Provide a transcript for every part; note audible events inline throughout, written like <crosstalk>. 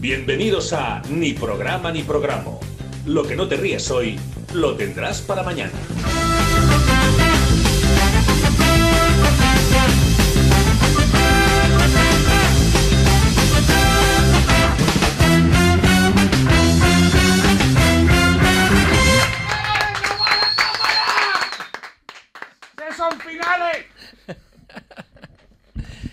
Bienvenidos a Ni programa ni programa. Lo que no te ríes hoy, lo tendrás para mañana. ¡Que son finales!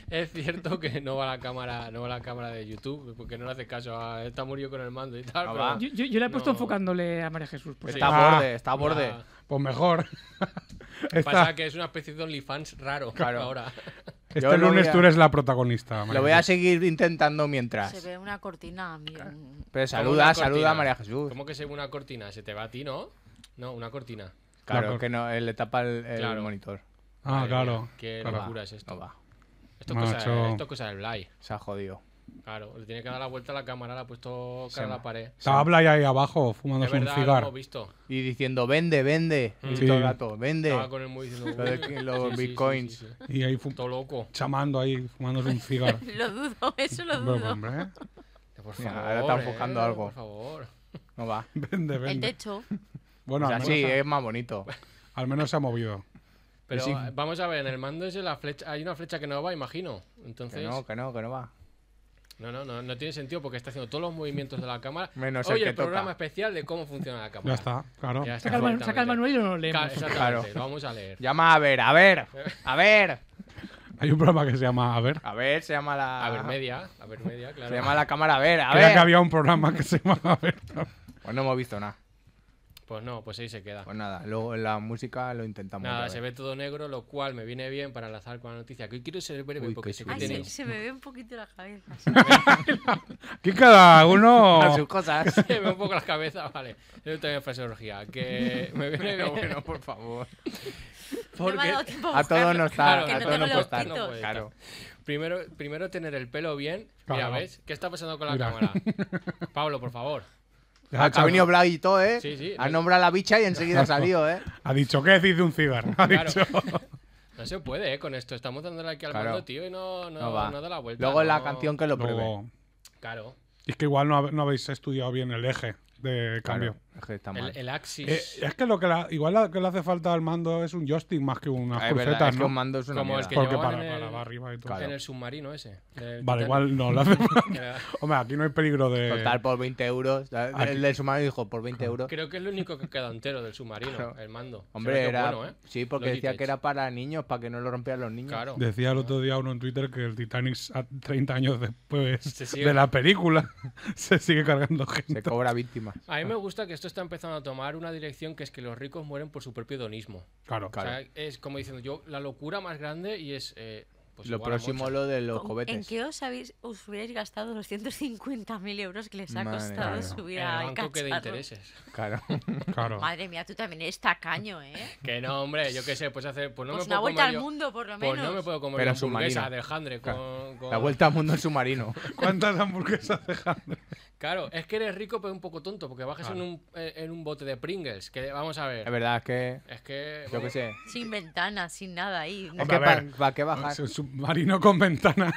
Es cierto que no va la cámara, no va la cámara de YouTube, porque no le hace caso a está murió con el mando y tal. No pero- va. Yo, yo- yo le he puesto No. enfocándole a María Jesús. Pues Está sí. a Ah, borde, está a borde. ya. Pues mejor. Pasa <laughs> <laughs> Esta- que es una especie de OnlyFans raro Claro. <laughs> ahora. este Yo lo voy lunes a- tú eres la protagonista. María Lo voy a Jesús. seguir intentando mientras. Se ve una cortina. mm, mira, un- Pero Como saluda, una saluda cortina. a María Jesús. ¿Cómo que se ve una cortina? ¿Se te va a ti, no? No, una cortina. Claro, Claro. que no, él le tapa el, el Claro. monitor. Ah, Ah, Madre claro. mía, Qué claro. locura es No esto. va, Esto es, cosa, Macho. esto es cosa del Blay. se ha jodido. Claro, le tiene que dar la vuelta a la cámara, le ha puesto Se cara a me- la pared. Está Blay ahí abajo Es fumándose un verdad, lo cigarro. hemos visto. Y diciendo, vende, vende. Y Sí. todo el rato, vende. Estaba Mm. con el muy diciendo, Lo de "Uy". que- los Sí, sí, sí, bitcoins. sí, sí. Y ahí fu- Todo loco. chamando ahí, fumándose <laughs> un cigarro. <laughs> Lo dudo, eso lo Hombre, dudo. hombre, ¿eh? Por favor. Mira, ahora está eh, enfocando algo. Por favor. No va. Vende, El vende. techo. Bueno, Pues O sea, al, sí, eh. menos, es más bonito. al menos se ha movido. Pero sí. ah, vamos a ver, en el mando ese la flecha, hay una flecha que no va, imagino. Que Entonces, no, no, que no, que no va. no, no, no tiene sentido porque está haciendo todos los movimientos de la cámara. <laughs> Menos el Oye, que toca. programa especial de cómo funciona la cámara. Ya está, claro. Ya está, Saca, el, man- exactamente. saca el manual y lo Ca- leemos. exactamente, Claro. lo vamos a leer. Llama a ver, a ver, a ver. Hay un programa que se llama A ver. A ver, se llama la. A ver media, a ver media, claro. Se llama la cámara, a ver, a Creía que ver. había un programa que se llama A ver. <laughs> Pues no hemos visto nada. Pues no, pues ahí se queda. Pues nada, luego en la música lo intentamos. Nada, otra se vez. ve todo negro, lo cual me viene bien para enlazar con la noticia. Que hoy quiero ser breve Uy, porque qué sé que Ay, se, tenéis. se me ve un poquito la cabeza. <laughs> Aquí cada <laughs> A uno. sus cosas. <laughs> Se me ve un poco la cabeza, vale. Yo también fraseología. <laughs> Que me viene bien. Pero bueno, por favor. No me ha dado tiempo <laughs> A todos no está, Claro, a que no todos tengo no puede los estar. titos. No puede Claro. Primero, primero tener el pelo bien. Mira, Claro. ¿ves? ¿Qué está pasando con la Mira. <laughs> cámara? Pablo, por favor. Ya, Ha, ha chaval, venido Blay y todo, ¿eh? Sí, sí, <laughs> ha no- nombrado a la bicha y enseguida ha salido, ¿eh? ha dicho, ¿qué decís de un cigarro? <laughs> Ha Claro. dicho. <laughs> No se puede, ¿eh? Con esto. Estamos dándole aquí al Claro. mando, tío, y no, no, No va. no da la vuelta. Luego en la no- canción que lo pruebe. Luego, Claro. es que igual no, habe- no habéis estudiado bien el eje de cambio. Claro, es que está mal. El, el axis. Eh, es que lo que la- igual la- que le hace falta al mando es un joystick más que unas Ah, es verdad, crucetas, es que ¿no? un mando es una Como el mierda. que Porque llevaban para, en el- para va arriba y todo. Claro. En el submarino ese. del Titanic. Vale, igual no le hace falta. Creo- Hombre, aquí no hay peligro de. Total, por 20 euros. Ah, Aquí- El del sumario dijo, por 20 euros. Creo que es lo único que queda entero del submarino, Claro. el mando. Se ve Hombre, que era... bueno, ¿eh? Sí, porque Logitech. decía que era para niños, para que no lo rompieran los niños. Claro. Decía el otro día uno en Twitter que el Titanic, a 30 años Se después sigue- de la película, <laughs> se sigue cargando Se gente. cobra víctimas. A Ah. mí me gusta que esto está empezando a tomar una dirección que es que los ricos mueren por su propio hedonismo. Claro, O sea, es como diciendo yo, la locura más grande y es. eh, pues lo igual a próximo Mozart. lo de los ¿Con- ¿En cohetes. qué os, habéis, os hubierais gastado los 150.000 euros que les ha Madre costado mía. subir En al el banco que de cacharro? intereses. <laughs> Claro. claro. Madre mía, tú también eres tacaño, ¿eh? Que no, hombre, yo qué sé, pues hacer. Pues no pues me puedo una vuelta comer al yo- mundo, por lo menos. Pues no me puedo comer Pero una hamburguesa submarino. de Jandre con, con- La vuelta al mundo en submarino. ¿Cuántas hamburguesas dejando? Claro, es que eres rico, pero un poco tonto, porque bajas en, un, eh, en un bote de Pringles. Que vamos a Es ver. verdad, es que... Es que. Yo vamos- qué <laughs> sé. Sin ventanas, sin nada ahí. Es Hombre, que a para ver. qué bajar. Es un submarino con ventana.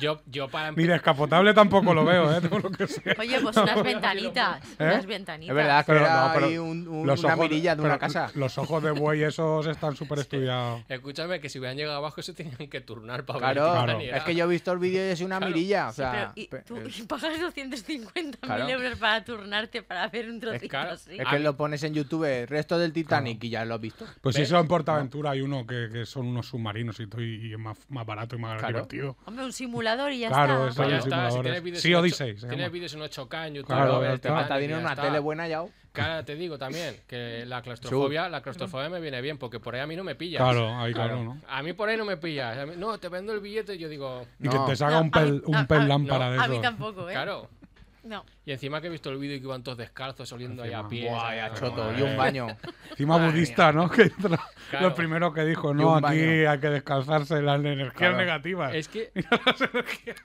Yo, yo para Ni empezar. descapotable tampoco lo veo, ¿eh? Todo lo que sea. Oye, pues <laughs> unas ventanitas. Unas ventanitas. ¿eh? Es verdad que Pero era no, pero ahí un- un- los una ojos- mirilla de una pero casa. Los ojos de buey esos están súper estudiados. Escúchame, que si hubieran llegado abajo, se tenían que turnar para ver. Claro, Claro. es que yo he visto el vídeo y es una Claro. mirilla. O Sí, pero sea, y pe- tú <laughs> es, y pagas 250.000 Claro. euros para turnarte para ver un trocito caro. así. es A que mí- lo pones en YouTube, resto del Titanic y ya lo has visto. Pues ¿Ves? eso en Portaventura hay uno que, que son unos submarinos y, todo, y- y es más, más barato y más Claro. divertido. Hombre, un simulador y ya está. Claro, eso. Pues ya los está, si simuladores. tienes vídeos Sí, en ocho- Odyssey, se llama. Tienes vídeos en 8K en YouTube. Claro, lo ves, ya Te está. tal, basta y tener ya una está. tele buena ya. Cara, te digo también que la claustrofobia, la claustrofobia me viene bien, porque por ahí a mí no me pillas. Claro, ahí claro, ¿no? A mí por ahí no me pillas. A mí- no, te vendo el billete y yo digo, Y No. que te No, salga un a mí- pel, un no, pel a- lámpara no, de A mí esos. tampoco, ¿eh? claro. No. Y encima que he visto el vídeo y que iban todos descalzos oliendo ahí a Encima. pie. Guay, ¿sabes? a choto. Y un baño. Encima budista, ¿no? <laughs> Que entra- Claro. Lo primero que dijo, Y no, un aquí baño. hay que descalzarse las energías Claro. negativas. Es <laughs> que.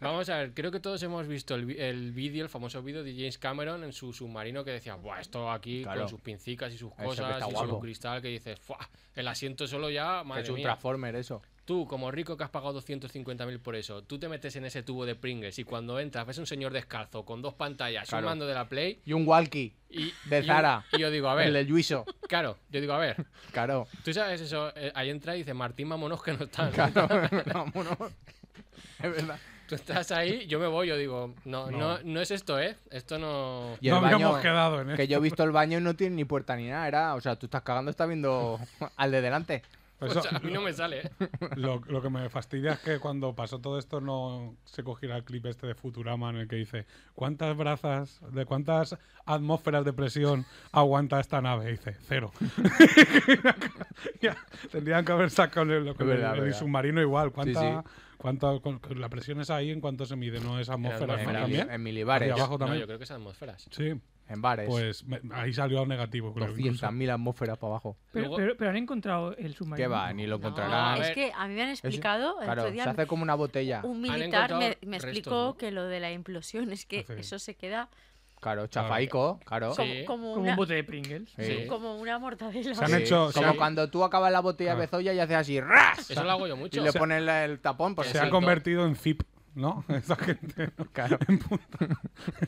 Vamos a ver, creo que todos hemos visto el, vi- el vídeo, el famoso vídeo de James Cameron en su submarino que decía, Buah, esto aquí Claro. con sus pincicas y sus que cosas está y guapo. su cristal que dices, "Fua, el asiento solo ya, Que madre es un mía". transformer eso. Tú, como rico que has pagado 250.000 por eso, tú te metes en ese tubo de Pringles y cuando entras ves un señor descalzo con dos pantallas, Claro. un mando de la Play Y un walkie. y... De y- Zara. Y yo digo, a El ver, del Yuiso. claro, yo digo, a ver, Claro. tú sabes eso, eh, ahí entra y dice, Martín, vámonos que no están. Claro. <laughs> Vámonos. Es verdad. Tú estás ahí, yo me voy, yo digo, no, no, No. no, es esto, ¿eh? Esto no... Y el no habíamos baño- quedado en Que esto. yo he visto el baño y no tiene ni puerta ni nada. Era, o sea, tú estás cagando, estás viendo <laughs> al de delante. Por O eso, sea, a mí no me sale, <laughs> ¿eh? lo, lo que me fastidia es que cuando pasó todo esto no se cogiera el clip este de Futurama en el que dice ¿Cuántas brazas, de cuántas atmósferas de presión aguanta esta nave? Y dice, cero. <laughs> Ya, tendrían que haber sacado el, con el- verdad, el verdad. submarino igual. ¿Cuánta, sí. cuánta- con- con- la presión es ahí en cuanto se mide, no es atmósfera atmósfera. En, mili- también. en milibares. Hacia abajo No, también. yo creo que es atmósferas. Sí, En bares. pues me- ahí salió negativo. creo, incluso. 200.000 atmósferas para abajo. Pero, Luego- pero- pero han encontrado el submarino. ¿Qué va? Ni lo No, encontrarán. a es ver. que a mí me han explicado el Claro, otro se día hace como una botella. un Han militar me, encontrado me restos, explicó ¿no? que lo de la implosión es que Hace- eso se queda Claro, chafaico, claro. Sí. como, como Como una, un bote de Pringles. Sí. como una mortadela. Se han hecho- Como sí. cuando tú acabas la botella Ah. de bezoya y haces así ¡ras! Eso lo hago yo mucho. Y le pones la- el tapón, pues Se ha Exacto. convertido en zip, ¿no? <laughs> Esa gente. ¿no? <laughs> Claro. En puta.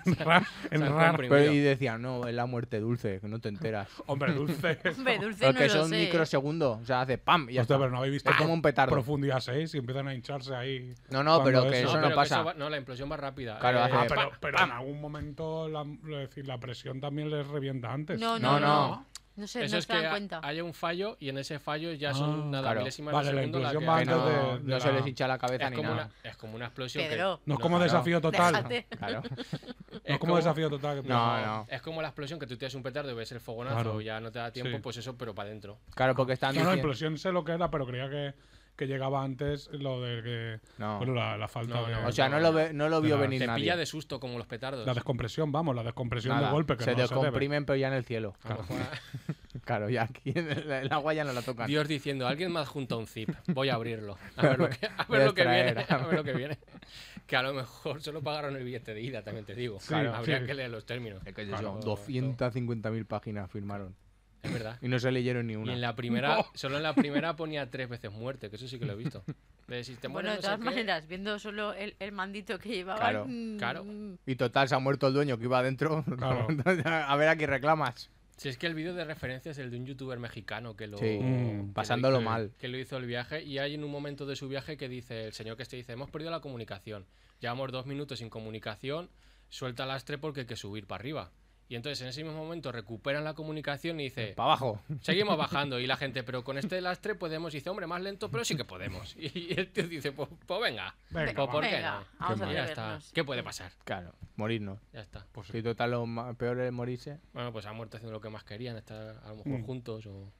En rar. Se En han rar. comprimido. Pero y decía, no, es la muerte dulce, que no te enteras. Hombre, dulce. <laughs> Hombre, dulce Pero no que lo son sé. microsegundos, o sea, hace pam y ya está. Hostia, Ah, pero no habéis visto Es como un petardo. profundidad 6 y empiezan a hincharse ahí. No, no, cuando pero que eso no pero que pasa. va- no, la implosión va rápida. Claro, hace- Ah, Eh, pero, pero en algún momento la, lo decir, la presión también les revienta antes. No, No, no, no. no. No, sé, Eso no es se que dan ha- cuenta. haya un fallo y en ese fallo ya Ah, son nada claro. milésimas Vale, de la segundo la implosión que- va Que no, antes de- de no la- se les hincha la cabeza es, ni como nada. una, es como una explosión. que- Pedro. No es como claro. desafío total. Déjate. <laughs> Claro. No Es es como como- desafío total. No, que piensas, no. Es como la explosión que tú tiras un petardo y ves el fogonazo Claro. y ya no te da tiempo, Sí. pues eso, pero para adentro. Claro, porque están No, pues, no, diciendo- implosión sé lo que era, pero creía que, que llegaba antes lo de que. No. Bueno, la, la falta No, de. no. O sea, no lo, ve- no lo vio Claro. venir Te nadie. pilla de susto como los petardos. La descompresión, vamos, la descompresión Nada, de golpe que se no debe. descomprimen, pero ya en el cielo. <laughs> A lo mejor- Claro, ya aquí en el, el agua ya no la tocan. Dios diciendo, alguien más junta un zip, voy a abrirlo. <laughs> A ver lo que, a Voy ver a lo que viene, extraer. a ver lo que viene. Que a lo mejor solo pagaron el billete de ida, también te digo. Sí, Claro, sí. habría que leer los términos. Es que Claro, son todo- 250.000 páginas firmaron. Es verdad. Y no se leyeron ni Y una. en la <laughs> primera, solo en la primera ponía tres veces muerte, que eso sí que lo he visto. De si te Bueno, mueres, no de todas sé qué. maneras, viendo solo el, el mandito que llevaba. Claro. mm, Claro. Y total, se ha muerto el dueño que iba adentro. <laughs> Claro. a ver a quién reclamas. Si es que el vídeo de referencia es el de un youtuber mexicano que lo. Sí. Mm, que Pasándolo lo hizo- mal. Que lo hizo el viaje. Y hay en un momento de su viaje que dice: el señor que este dice, hemos perdido la comunicación. Llevamos dos minutos sin comunicación, suelta el lastre porque hay que subir para arriba. Y entonces en ese mismo momento recuperan la comunicación y dice: Para abajo. Seguimos <laughs> bajando. Y la gente, pero con este lastre podemos. Y dice: hombre, más lento, pero sí que podemos. <laughs> Y el tío dice: pues, pues venga. Venga, Pues, ¿por qué venga, no? vamos a Ya está. atrevernos. ¿Qué puede pasar? Claro. Morirnos. Ya está. Pues Si total, lo ma- peor es morirse. Bueno, pues han muerto haciendo lo que más querían, estar a lo Mm. mejor juntos o.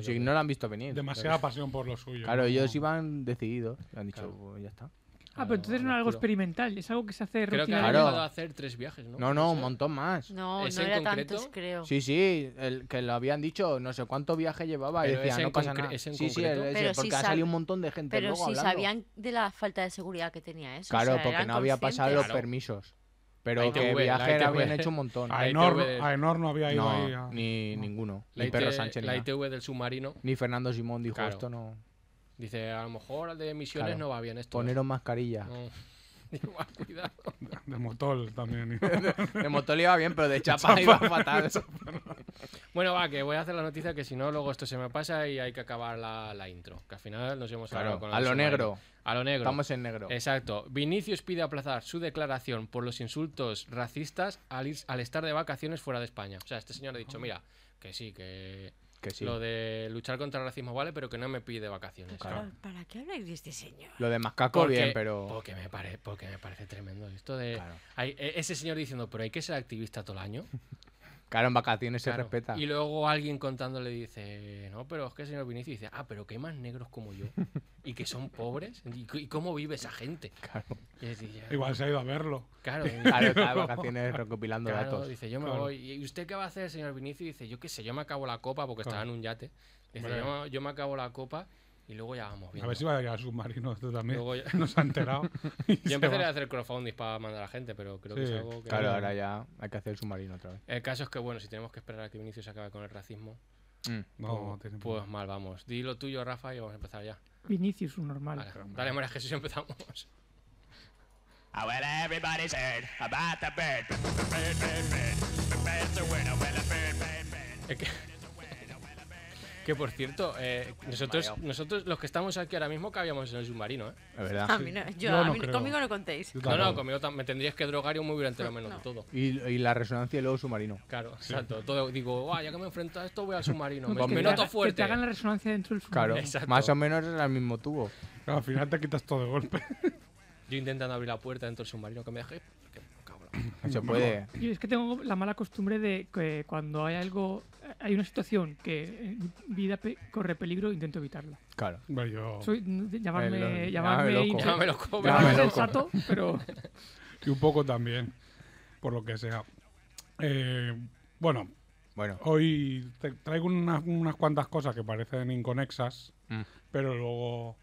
Si no lo han visto venir. demasiada pasión por lo suyo. Claro, ¿no? ellos iban decididos. Han dicho, Claro. "Pues ya está. Ah, pero entonces no es algo Locura. experimental, es algo que se hace Creo que Rutina. han rutinario. Claro. llegado a hacer tres viajes, ¿no? No, no, un Puede ser. montón más. No, ¿Ese no en era concreto? tantos, creo. Sí, sí, el que lo habían dicho, no sé cuánto viaje llevaba y Pero decía, ese no en pasa concre- nada. ese en sí, sí, concreto. el- ese, Pero porque sí ha sab- salido un montón de gente Pero luego si hablando. sabían de la falta de seguridad que tenía eso. o Claro, sea, porque eran no había pasado los conscientes. permisos. Pero La que ITV, la viaje ITV. habían hecho un montón. A La Enor, ITV a Enor no había ido ahí. a- No, ni ninguno. La, Ni Perro IT Sánchez. ni la nada. ITV del submarino Ni Fernando Simón dijo Claro. esto no. dice: a lo mejor al de misiones Claro. no va bien esto. ¿eh? Poneros mascarilla. <laughs> No. Igual, cuidado. De Motol también. <laughs> <laughs> De motor iba bien, pero de chapa iba fatal. Bueno, va, que voy a hacer la noticia que si no, luego esto se me pasa y hay que acabar la, la intro. Que al final nos hemos Claro, hablado con a el lo submarino. negro. A lo negro. Estamos en negro. Exacto. Vinicius pide aplazar su declaración por los insultos racistas al, ir- al estar de vacaciones fuera de España. O sea, este señor ha dicho, mira, que sí, que, Que sí. lo de luchar contra el racismo vale, pero que no me pide vacaciones. Claro. Pero, ¿Para qué habláis de este señor? Lo de mascaco bien, pero. Porque me, pare- porque me parece tremendo esto de... Claro. hay- e- ese señor diciendo, pero hay que ser activista todo el año. Claro, en vacaciones se Claro. respeta. Y luego alguien contándole dice, no, pero es que el señor Vinicius dice, ah, pero que hay más negros como yo y que son pobres. ¿Y, c- y cómo vive esa gente? <laughs> Claro. Y es- y- Igual se ha ido a verlo. claro, y- <laughs> Claro, está de vacaciones recopilando Claro, datos. dice, yo me Claro. voy. ¿Y usted qué va a hacer, señor Vinicius? Dice, yo qué sé, yo me acabo la copa porque estaba Claro. en un yate. Dice, Hombre. yo, yo me acabo la copa y luego ya vamos A viendo. ver si va a ir al submarino esto también. Luego ya- Nos <laughs> ha enterado. y se Yo empezaré va. a hacer crowdfunding para mandar a gente, pero creo que Sí, es algo que... Claro, ahora ya hay que hacer el submarino otra vez. El caso es que, bueno, si tenemos que esperar a que Vinicius acabe con el racismo, Mm. No, tiene Pues mal, vamos. Di lo tuyo, Rafa, y vamos a empezar ya. Vinicius, un normal. Vale. Dale, María Jesús, <laughs> empezamos. I will everybody's heard about the bird. Bird, bird, bird, bird. Bird's a winner, well, a bird, bird, bird. Es que, que, por cierto, eh, nosotros, nosotros los que estamos aquí ahora mismo cabíamos en el submarino, ¿eh? Es verdad. <laughs> <laughs> A mí no, yo, Yo a no mí- creo. conmigo no contéis. Yo No, no, tampoco. conmigo tam- me tendrías que drogar y un muy entero menos de No. todo. Y, y la resonancia del lobo submarino. Claro, exacto. Todo, digo, "Buah, ya que me enfrento a esto, voy al submarino. No, Me, que me te haga- noto Que te fuerte. hagan la resonancia dentro del Claro. submarino. Exacto. Más o menos era el mismo tubo. Claro, al final te quitas todo de golpe. <laughs> Yo intentando abrir la puerta dentro del submarino que me dejé. que- cabrón. No se puede. Yo es que tengo la mala costumbre de que cuando hay algo, hay una situación que en vida pe- corre peligro, intento evitarlo. Claro. Hombre, yo- Soy, n- llamarme, Oh. llámame llamarme, loco. inse- Ya me lo cobro. Llámame llamarme loco. sensato, <laughs> pero Y un poco también, por lo que sea. Eh, bueno, Bueno, Oh, hoy te traigo unas, unas cuantas cosas que parecen inconexas, Mm. pero luego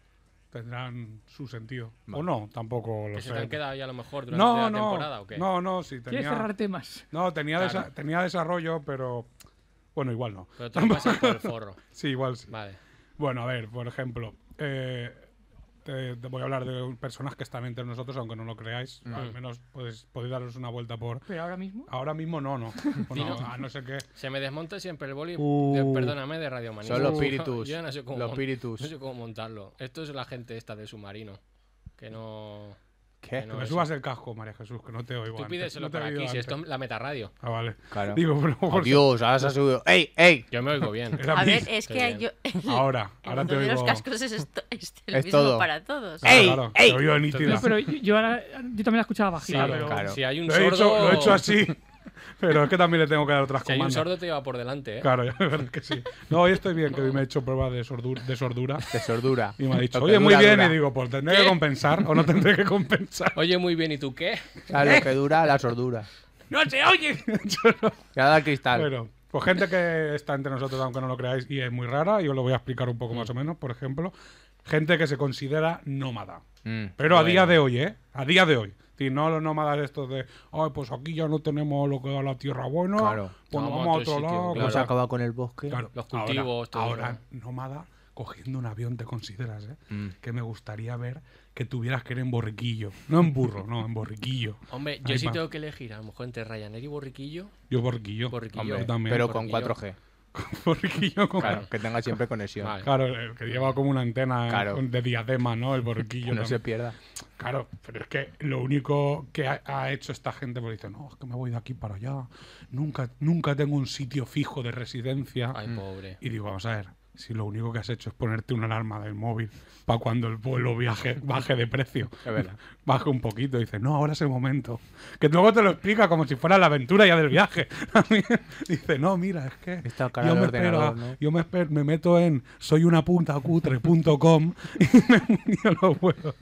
tendrán su sentido. O Vale. no, tampoco lo Que se sé. te han quedado ahí a lo mejor durante no, la no, temporada o qué. no, no, sí, quieres cerrar tenía, temas. no, tenía, desa- Claro. tenía desarrollo, pero bueno, igual no. Pero tú lo pasas por el forro. <laughs> Sí, igual sí. Vale. Bueno, a ver, por ejemplo, eh, te, te voy a hablar de personas que están entre nosotros, aunque no lo creáis. Mm. Al menos pues, podéis daros una vuelta por Pero ahora mismo, Ahora mismo <laughs> no, no. Bueno, a no ser que. Se me desmonta siempre el boli. Uh. de- perdóname de Radio Manía. Son los <laughs> piritus. Yo no sé cómo, <laughs> Los mon- <laughs> piritus. No sé cómo montarlo. Esto es la gente esta del submarino. Que no. ¿qué? que Que no me eso. subas el casco, María Jesús, que no te oigo. Tú antes, pídeselo no te he para oído aquí. Si antes. esto es la metarradio. Ah, vale. Claro. Digo, pero por- Oh, Dios, ahora se ha subido. ¡Ey, ey! Yo me oigo <laughs> bien. era A mi- ver, es Qué que bien. yo. <laughs> el- Ahora, el ahora mundo te de oigo. los cascos es, esto- es el Es mismo todo. Eh. para todos. Claro, ¡Ey, claro, ey! Te oigo nítida. No, pero yo, yo ahora, yo también la escuchaba bajita. Claro, pero- claro. Si hay un Lo he, sordo. hecho, lo he hecho así. <laughs> Pero es que también le tengo que dar otras Si hay un comandas. sordo, te lleva por delante, ¿eh? Claro, <laughs> ya verás que sí. No, hoy estoy bien, que hoy me he hecho prueba de, sordu- de <laughs> sordura. De sordura. Y me ha dicho, Lo que oye, muy dura, bien. dura. Y digo, pues tendré que compensar o no tendré que compensar. Oye, muy bien, ¿y tú qué? ¿Sabes "Eh". lo que dura? La sordura. <laughs> ¡No se <laughs> oye! Ya da el cristal. Bueno, pues gente que está entre nosotros, aunque no lo creáis, y es muy rara, yo lo voy a explicar un poco más o menos, por ejemplo, gente que se considera nómada. Mm. Pero a día de hoy, ¿eh? A día de hoy. Si no los nómadas estos de, ay, pues aquí ya no tenemos lo que da la tierra bueno, Claro. pues vamos, a otro, sitio, lado. claro. Hemos acabado con el bosque. Claro, Los ahora- cultivos, todo Ahora, eso. nómada, cogiendo un avión te consideras, ¿eh? Mm. Que me gustaría ver que tuvieras que ir en borriquillo. No en burro, no, en borriquillo. Hombre, yo Ahí sí va. tengo que elegir, a lo mejor entre Ryanair y Borriquillo. Yo borriquillo. Borriquillo. Hombre, Yo también. pero Pero... con Porque 4G. <laughs> borriquillo con... Claro, que tenga siempre conexión. Vale. Claro, el que lleva como una antena eh, Claro. de diadema, ¿no? El borriquillo. No se también. pierda. Claro, pero es que lo único que ha, ha hecho esta gente, porque dice, no, es que me voy de aquí para allá, nunca, nunca tengo un sitio fijo de residencia. Ay, pobre. Y digo, vamos a ver, si lo único que has hecho es ponerte una alarma del móvil para cuando el vuelo viaje, <laughs> baje de precio, Es verdad. <laughs> baje un poquito, y dice, no, ahora es el momento. Que luego te lo explica como si fuera la aventura ya del viaje. <laughs> dice, no, mira, es que Esta cara yo, de me espero, a- ordenador, ¿no? yo me esper- me meto en soyunapuntacutre.com <laughs> y me yo lo puedo.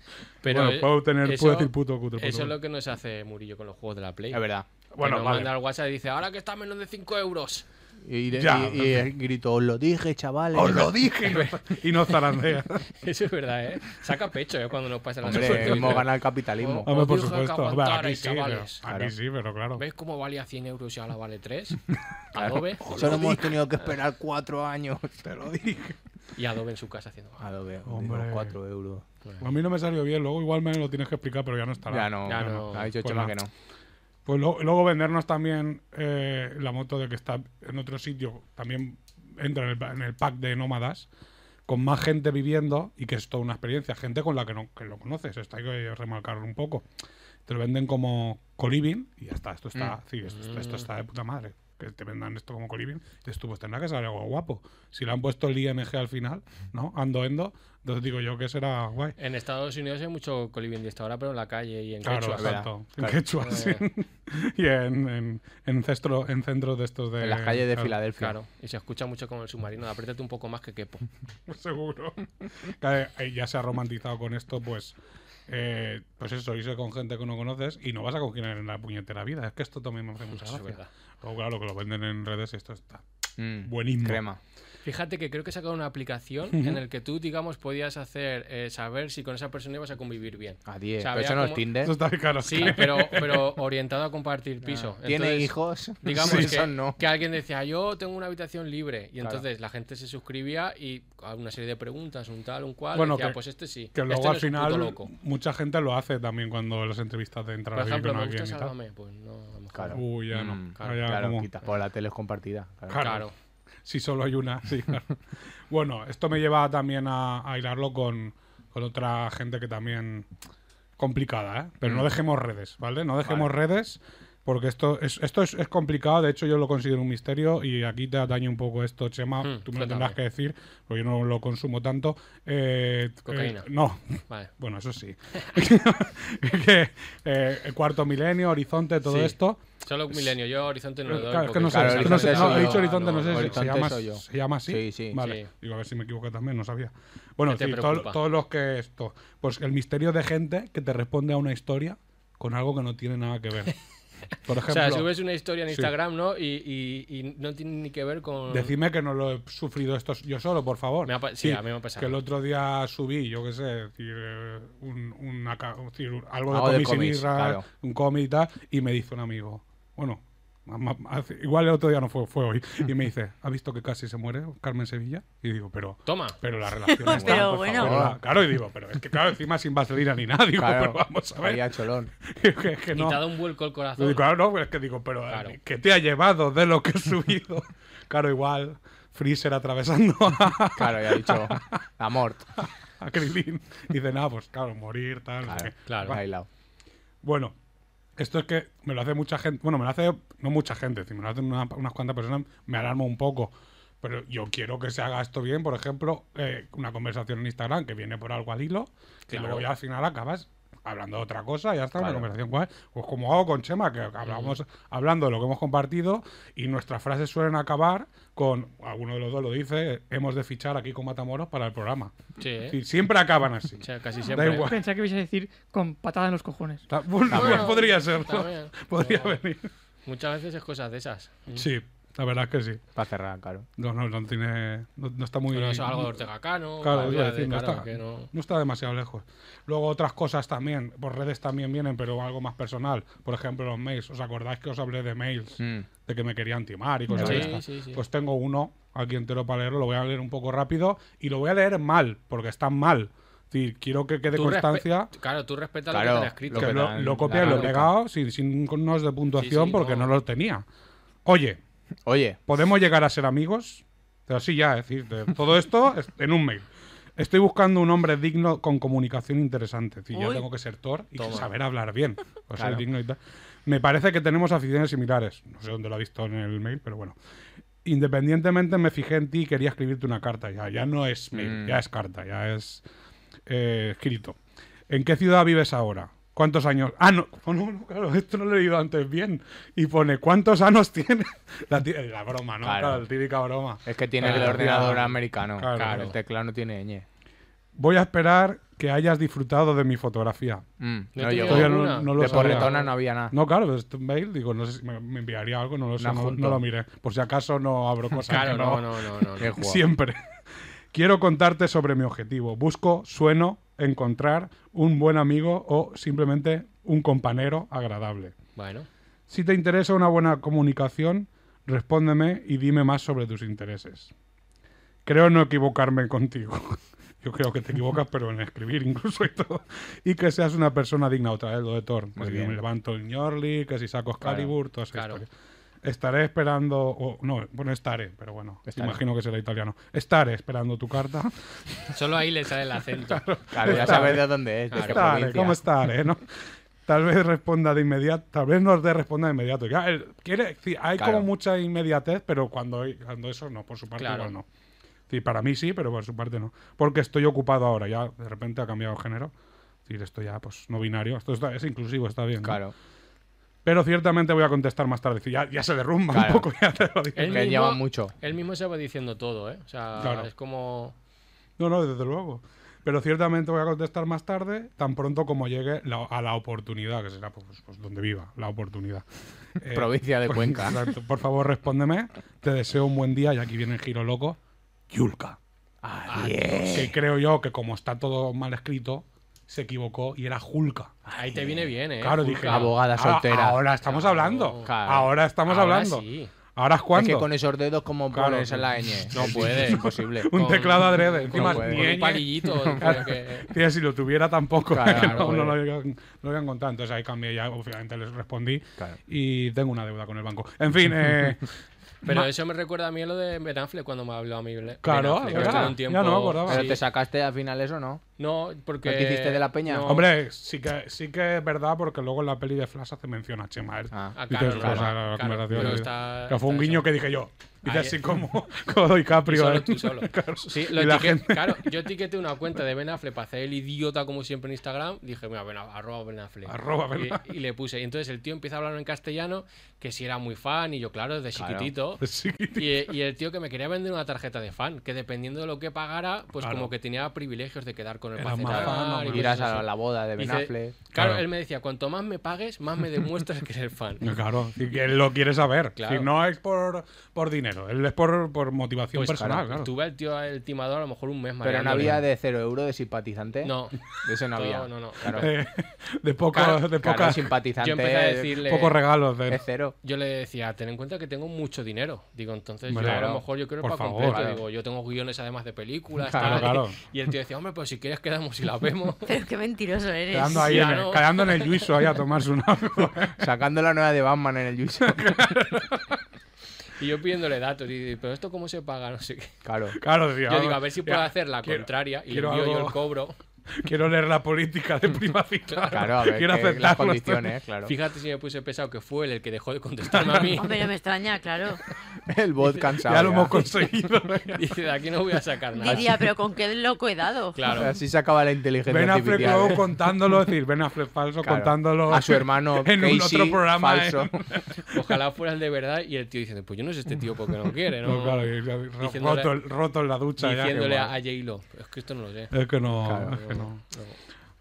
Pero eh, bueno, puedo, tener, eso- puedo decir puto cutre. puto Eso es cutre. lo que nos hace Murillo con los juegos de la Play. Es verdad. Bueno, Bueno, nos vale. manda al WhatsApp y dice, ahora que está a menos de 5 euros. <laughs> Y, y- Ya, y- y en el grito, os lo dije, chavales. ¡Os lo dije! <laughs> y <laughs> no zarandea. Eso es verdad, ¿eh? Saca pecho, ¿eh? Cuando nos pasa la <laughs> Hombre, hemos ganado el capitalismo. Oh. Hombre, por dije que supuesto. Hombre, aquí, aguantarais, sí, pero, chavales. aquí Claro. sí, pero claro. ¿Ves cómo valía 100 euros y ahora vale <laughs> 3? Adobe. Solo hemos tenido que esperar cuatro años. Te lo dije. Y Adobe en su casa haciendo... Adobe, Hombre. Hombre. cuatro euros. A mí no me salió bien, luego igual me lo tienes que explicar, pero ya no estará. Ya no, Ya ya no. no. Ha dicho Pues Chema no. que no. Pues lo- luego vendernos también eh, la moto de que está en otro sitio, también entra en el, pa- en el pack de nómadas, con más gente viviendo y que es toda una experiencia, gente con la que no que lo conoces, esto hay que remarcarlo un poco. Te lo venden como coliving y ya está, esto está, Mm. sí, esto, esto- esto está de puta madre. Que te vendan esto como coliving, dices tú, pues tendrá que ser algo guapo. Si le han puesto el ING al final, ¿no? Ando endo, entonces digo yo que será guay. En Estados Unidos hay mucho colibrín de esta hora, pero en la calle y en Claro, quechua. es verdad. exacto. En Claro. Eh. quechua, sí. <laughs> y en, en, en centro- en centros de estos de... En las calles de claro, Filadelfia. Claro, y se escucha mucho como el submarino. de Apriétate un poco más que quepo. <laughs> Seguro. Claro, eh, ya se ha romantizado con esto, pues... eh, pues eso, irse con gente que no conoces y no vas a congelar en la puñetera vida. Es que esto también me hace mucha Eso es gracia. verdad. O claro, que lo venden en redes y esto está... Mm, Buenismo. Crema. Fíjate que creo que sacaron una aplicación en la que tú, digamos, podías hacer eh, saber si con esa persona ibas a convivir bien. A 10. O sea, Pero vea eso no es cómo- Tinder. Eso está bien claro. ¿Eh? Sí, pero, pero orientado a compartir piso. Ah, ¿Tiene Entonces, hijos? <laughs> Digamos Sí, que, eso no. que alguien decía, "Ah, yo tengo una habitación libre. Y Claro. entonces la gente se suscribía y a una serie de preguntas, un tal, un cual. Bueno, decía, que- pues este sí. Que este luego no al es un puto final loco. mucha gente lo hace también cuando las entrevistas de entrar Por a vivir ejemplo, con me alguien gusta y tal. Sálvame. Pues no, a lo mejor. Claro. Uy, ya no. Mm, Ah, ya Claro, como- quitas por la tele es compartida. claro. Claro. Claro. Si solo hay una, <laughs> sí, claro. bueno, esto me lleva también a, a hilarlo con, con otra gente que también complicada, ¿eh? Mm. Pero no dejemos redes, ¿vale? No dejemos redes porque esto es, esto es, es complicado, de hecho yo lo considero un misterio y aquí te atañe un poco esto, Mm, Chema, tú me lo cuéntame. tendrás que decir, porque yo no lo consumo tanto. Eh, Cocaína. eh, no, Vale. bueno, <laughs> eso sí. <laughs> que, eh, el cuarto milenio, horizonte, todo Sí. esto. Solo un milenio. Yo Horizonte no lo doy. Pues Eh, Claro, es que no sé, porque- Claro, es que no sé, Horizonte no, soy he yo. dicho horizonte, no sé si se Horizonte llama, soy yo. se llama así. Sí, sí. Vale, Sí. digo a ver si me equivoco también, no sabía. Bueno, ¿Qué te sí, todo- preocupa? todos los que esto, pues el misterio de gente que te responde a una historia con algo que no tiene nada que ver. Por <laughs> O sea, ejemplo, subes una historia en Sí. Instagram, ¿no? Y, y- y no tiene ni que ver con. Decidme que no lo he sufrido esto yo solo, por favor. Me ha pa- sí, a mí me ha pasado. Que el otro día subí, yo qué sé, decir, eh, un, una ca- decir, un- algo de Algo de cómics y cómics, birra, claro. un cómic y tal, y me dice un amigo, bueno, ma- ma- hace- igual el otro día no fue, fue hoy, y me dice, ¿has visto que casi se muere Carmen Sevilla? Y digo, pero... Toma. Pero la relación está, Pero por bueno. favor, la- claro, y digo, pero es que claro, encima sin vaselina ni nada, digo, Claro, pero pues vamos a ver. <laughs> Había cholón. que- que- que Y no. te ha dado un vuelco el Yo corazón. digo, claro, no, es que digo, pero eh, Claro. ¿qué te ha llevado de lo que he subido? <laughs> claro, igual Freezer atravesando <laughs> a, Claro, había <laughs> dicho la mort. a Krilin. Y Dice, nada, pues claro, morir, tal. no sé Claro, qué". claro. Bailao. Bueno, esto es que me lo hace mucha gente. Bueno, me lo hace, no mucha gente, si me lo hacen una- unas cuantas personas, me alarmo un poco. Pero yo quiero que se haga esto bien, por ejemplo, eh, una conversación en Instagram que viene por algo al hilo, que Claro. luego ya al final acabas hablando de otra cosa, ya está, Claro. una conversación guay. Pues como hago con Chema, que hablamos hablando de lo que hemos compartido y nuestras frases suelen acabar con, alguno de los dos lo dice, hemos de fichar aquí con Matamoros para el programa. Sí, ¿eh? Y siempre acaban así. O sea, casi siempre. igual. Pensaba que ibas a decir con patada en los cojones. <laughs> Ta- bueno, También. podría ser, ¿no? También. podría Pero- venir. Muchas veces es cosas de esas. Sí, la verdad es que sí. Para cerrar, claro. No, no, no tiene. No, no está muy. Pero eso es algo de Ortega Cano. Claro, todavía iba a de- decir, no, claro, está, que no- no está demasiado lejos. Luego otras cosas también, por redes también vienen, pero algo más personal. Por ejemplo, los mails. ¿Os acordáis que os hablé de mails? Mm. De que me querían timar y cosas Sí, de estas? sí, sí. Pues tengo uno aquí entero para leerlo. Lo voy a leer un poco rápido y lo voy a leer mal, porque están mal. Es decir, quiero que quede Tú respe- constancia. Claro, tú respetas Claro, lo que te escrito. lo que que lo, dan lo la copiado y lo he gráfica. pegado sin, sin unos de puntuación sí, porque no. no. los tenía. Oye, Oye, ¿podemos llegar a ser amigos? Pero sí, ya, es decir, de- todo esto es- en un mail. Estoy buscando un hombre digno con comunicación interesante. Es decir, yo Uy. tengo que ser Thor y que Toma. saber hablar bien. O ser Claro. digno y tal. Me parece que tenemos aficiones similares. No sé dónde lo ha visto en el mail, pero bueno. Independientemente me fijé en ti y quería escribirte una carta. Ya, ya no es mail, Mm. ya es carta, ya es eh, escrito. ¿En qué ciudad vives ahora? ¿Cuántos años? Ah, no, <laughs> oh, no, no, claro, esto no lo he leído antes bien. Y pone, ¿cuántos años tiene? <laughs> La, ti- la broma, ¿no? Claro. Claro, la típica broma. es que tiene Claro, el ordenador claro. americano. Claro. Claro. El teclado no tiene ñ. Voy a esperar que hayas disfrutado de mi fotografía. Mm, No No tiene llegó. Todavía De no, alguna. no lo sabía. porretona no había Ah. nada. No, claro, pero este mail, digo, no sé si me, me enviaría algo, no lo sé, Un no, adjunto. no lo miré. Por si acaso no <laughs> abro cosas. Claro, que no, no, no. <laughs> no, no. Qué guapo. <laughs> Siempre. Quiero contarte sobre mi objetivo. Busco, sueno, encontrar un buen amigo o simplemente un compañero agradable. Bueno, Si te interesa una buena comunicación, respóndeme y dime más sobre tus intereses. Creo no equivocarme contigo. <laughs> Yo creo que te equivocas, pero en escribir incluso y todo. Y que seas una persona digna otra vez, lo de Thor. Que si bien. me levanto el Ñorli, que si saco Excalibur, toda esa claro. historia. Estaré esperando... o- no, bueno, estaré, pero bueno. Estaré. Imagino que será italiano. Estaré esperando tu carta. <laughs> solo ahí le sale el acento. Claro, ya Está, sabes eh. de dónde es. de qué Estaré, provincia. ¿cómo estaré? ¿no? Tal vez responda de inmediato, tal vez no te responda de inmediato. Ya, el- quiere, sí, hay Claro. como mucha inmediatez, pero cuando, hay- cuando eso no, por su parte Claro. igual no. Sí, para mí sí, pero por su parte no. Porque estoy ocupado ahora, ya de repente ha cambiado de género. Es decir, esto ya, pues no binario, esto está- es inclusivo, está bien. ¿no? Claro. Pero ciertamente voy a contestar más tarde. Es decir, Ya, ya se derrumba Claro. un poco, <laughs> ya te lo digo. Él Que mismo- lleva mucho. Él mismo se va diciendo todo, ¿eh? O sea, Claro. es como. No, no, desde luego. Pero ciertamente voy a contestar más tarde, tan pronto como llegue la- a la oportunidad, que será pues, pues, donde viva, <laughs> la oportunidad. Eh, Provincia de por- Cuenca. <laughs> exacto. Por favor, respóndeme. Te deseo un buen día y aquí viene el giro loco. Yulka. Ah, Que creo yo que como está todo mal escrito, se equivocó y era Julka. Ahí te viene bien, ¿eh? Claro, Julka. dije. Abogada "Ahora- soltera". Ahora estamos Claro. hablando. Claro. Ahora estamos Ahora hablando. sí. Ahora es cuando. Es que con esos dedos como Claro. pones en la ñ. <laughs> No Es puede. Imposible. Un Con- teclado adrede. Con, Encima, no puede. ni con un ñ. palillito. <laughs> <laughs> creo que- pues. Tía, si lo tuviera tampoco, Claro, que no <laughs> no, no lo, puede. habían, lo habían contado. Entonces ahí cambié ya, obviamente les respondí. Claro. Y tengo una deuda con el banco. En fin, eh, Pero Ma- eso me recuerda a mí a lo de Ben Affleck cuando me habló a mí. Ben Claro, Affleck, que ¿verdad? estuve un Ya tiempo, no me acordaba. Pero sí. te sacaste al final eso, ¿no? No, porque. ¿No te hiciste de la peña? <laughs> No. hombre, sí que, sí que es verdad, porque luego en la peli de Flash hace mención a Chema. ¿eh? Ah. Ah, Y claro, te- o sea, claro, la claro, conversación pero de- está- que fue un está guiño eso. que dije yo. Dice Ahí- así como, <laughs> como Tú DiCaprio. solo, ¿eh? tú solo. <laughs> Claro. Sí, lo Y la etiqueté- gente- Claro, yo etiqueté una cuenta de Ben Affleck para hacer el idiota como siempre en Instagram. Dije, mira, Ben- arroba Ben Affleck. Arroba Ben Y- Y, le puse. Y entonces el tío empieza a hablar en castellano, que si era muy fan, y yo, claro, desde Claro. chiquitito. <laughs> Sí. Y, y el tío que me quería vender una tarjeta de fan, que dependiendo de lo que pagara, pues Claro. como que tenía privilegios de quedar con el Era más pacetar fan o y menos. cosas Irás a así. la boda de Ben pues Dice- Affleck. Claro, Claro. él me decía, cuanto más me pagues, más me demuestras que eres <laughs> fan. Claro, si él lo quiere saber. Claro. Si no es por, por dinero, él es por, por motivación personal. Pues claro. Tuve al tío, el timador, a lo mejor un mes más. Pero no había de cero euro de simpatizante. No. De ese no Todo- había. no, no. Claro. Eh, <laughs> de poco, Claro, de Claro, poca- simpatizante. Yo empecé a decirle. pocos regalos. de- Eh, Es cero. Yo le decía, ten en cuenta que tengo mucho dinero. Digo, entonces yo Hombre, a claro. lo mejor yo quiero Por para favor. completo. Claro. Digo, yo tengo guiones además de películas. Claro, tal. claro. <laughs> Y el tío decía, hombre, pues si quieres quedamos y la vemos. Pero qué mentiroso eres. Quedando <laughs> ahí, en el, Claro. quedando en el juicio ahí a tomarse un <laughs> agua. Sacando la nueva de Batman en el Yuiso. Y yo pidiéndole datos. Y digo, pero esto cómo se paga, no sé qué. Claro. Claro, decía, Yo digo, vamos, a ver si puedo ya, hacer la quiero- contraria. Y le quiero envío yo algo- el cobro. Quiero leer la política <laughs> de prima cita. Claro, a ver. Quiero que- las aceptar condiciones, claro. Fíjate si me puse pesado que fue él el que dejó de contestarme a <laughs> mí. <laughs> Hombre, no me extraña, <laughs> claro. El bot cansado. Ya lo <laughs> hemos conseguido. Dice, de aquí no voy a sacar nada. Diría, pero con qué loco he dado. Claro. Así se acaba la inteligencia Ben Affleck artificial. luego ¿eh? contándolo, es decir, Ben Affleck falso Claro. <laughs> contándolo A su hermano <laughs> en un Casey, otro programa. falso. ¿eh? <laughs> Ojalá fueran de verdad. Y el tío diciendo, pues yo no sé este tío porque <laughs> no quiere, ¿no? No, claro, y- y- Diciéndole- roto, roto en la ducha. ya, que Diciéndole guay. a J-Lo, es que esto no lo sé. Es que no, Claro. es que no.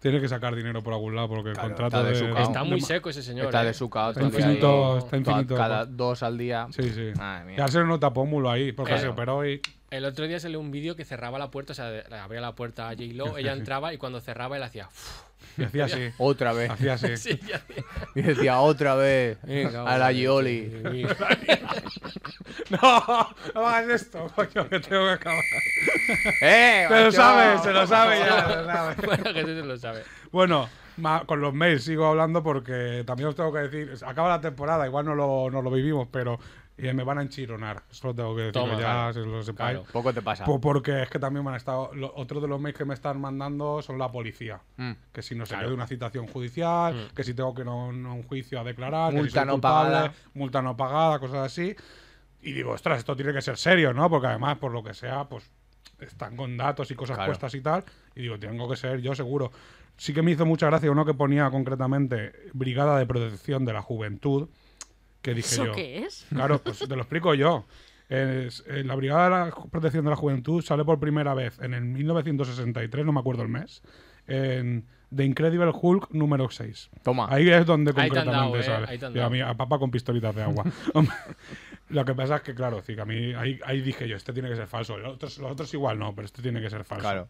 Tiene que sacar dinero por algún lado porque el Claro, contrato está de, desucado. Está de- muy de- seco ese señor. Está ¿eh? de su caos Está todo el día infinito, ahí. está infinito. Cada dos al día. Sí, sí. Madre mía. Ya se nota pómulo ahí porque Claro. se operó y El otro día salió un vídeo que cerraba la puerta, o sea, de- abría la puerta a J-Lo, ella entraba y cuando cerraba él hacía. "Uf". y hacía así. Otra vez. Hacía <laughs> así. Sí, ya- <laughs> Y decía otra vez. a la Gioli. No, <laughs> no hagas esto, coño, que tengo que acabar. <laughs> ¡Eh! Se lo macho! sabe, se lo sabe ya, se lo sabe. <laughs> Bueno, Jesús se lo sabe. Bueno, ma- con los mails sigo hablando porque también os tengo que decir, acaba la temporada, igual no lo, no lo vivimos, pero eh, me van a enchironar. Eso lo tengo que decir, Toma, ya claro. se lo sepáis. Claro. Poco te pasa. Po- porque es que también me han estado. lo- otro de los mails que me están mandando son la policía. Mm. Que si no se Claro. quede una citación judicial, Mm. que si tengo que ir a un, a un juicio a declarar, que si Multa soy no culpable, pagada. multa no pagada, cosas así. Y digo, ostras, esto tiene que ser serio, ¿no? Porque además, por lo que sea, pues están con datos y cosas Claro. puestas y tal. Y digo, tengo que ser yo seguro. Sí que me hizo mucha gracia uno que ponía concretamente Brigada de Protección de la Juventud. Que dije ¿Eso yo. qué es? Claro, pues te lo explico yo. Es- eh, la Brigada de la Ju- Protección de la Juventud sale por primera vez en el 1963, no me acuerdo el mes, en The Incredible Hulk número 6. Toma. Ahí es donde Ahí te han concretamente dado, eh, sale. ahí te han Y a, dado. mí, a papa con pistolitas <laughs> de agua. Hombre, lo que pasa es que, claro, sí, que a mí ahí, ahí dije yo, este tiene que ser falso. Los otros, los otros igual no, pero este tiene que ser falso. Claro.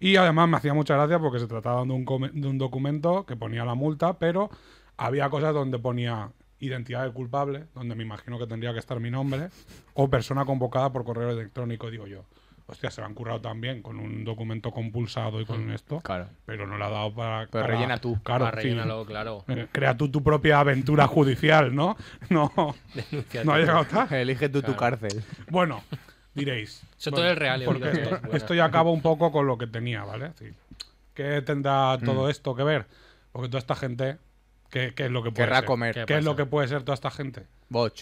Y además me hacía mucha gracia porque se trataba de un, come- de un documento que ponía la multa, pero había cosas donde ponía identidad del culpable, donde me imagino que tendría que estar mi nombre, o persona convocada por correo electrónico, digo yo. Hostia, se lo han currado también con un documento compulsado y con esto, Mm, Claro. pero no lo ha dado para... Pero para- rellena tú. Claro, Ah, sí. rellénalo, claro. Eh, Crea tú tu propia aventura judicial, ¿no? <laughs> No, no ha llegado <laughs> tal. Elige tú tu cárcel. Bueno, diréis. Eso bueno, todo es real, ¿eh? he porque oído, esto, todo es esto ya acaba un poco con lo que tenía, ¿vale? Sí. ¿Qué tendrá Mm. todo esto que ver? Porque toda esta gente, ¿qué, qué es lo que puede Querrá ser? comer. ¿Qué, ¿Qué es lo pasa? que puede ser toda esta gente? Boch.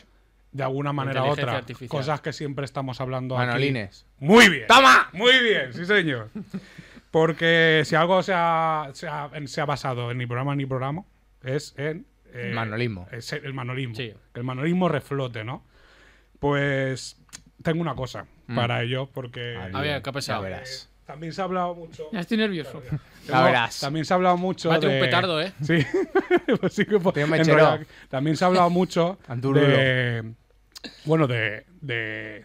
De alguna manera u Inteligencia otra. artificial. Cosas que siempre estamos hablando aquí. Manolines. Muy bien. ¡Toma! Muy bien, sí señor. Porque si algo se ha, se ha- en- se ha basado en ni programa ni programa, es en... eh, Manolismo. es el manolismo. Sí. Que el manolismo reflote, ¿no? Mm. Pues tengo una cosa para ello, porque... A ver, ¿qué ha pasado? Eh, Ya verás. También se ha <laughs> hablado mucho. Ya estoy nervioso. Ya verás. También se ha hablado mucho. Mate un de- petardo, ¿eh? <laughs> Sí. Pues sí que po- Tío en mechero. realidad, También se ha <laughs> hablado mucho Andurulo. de. Bueno, de. de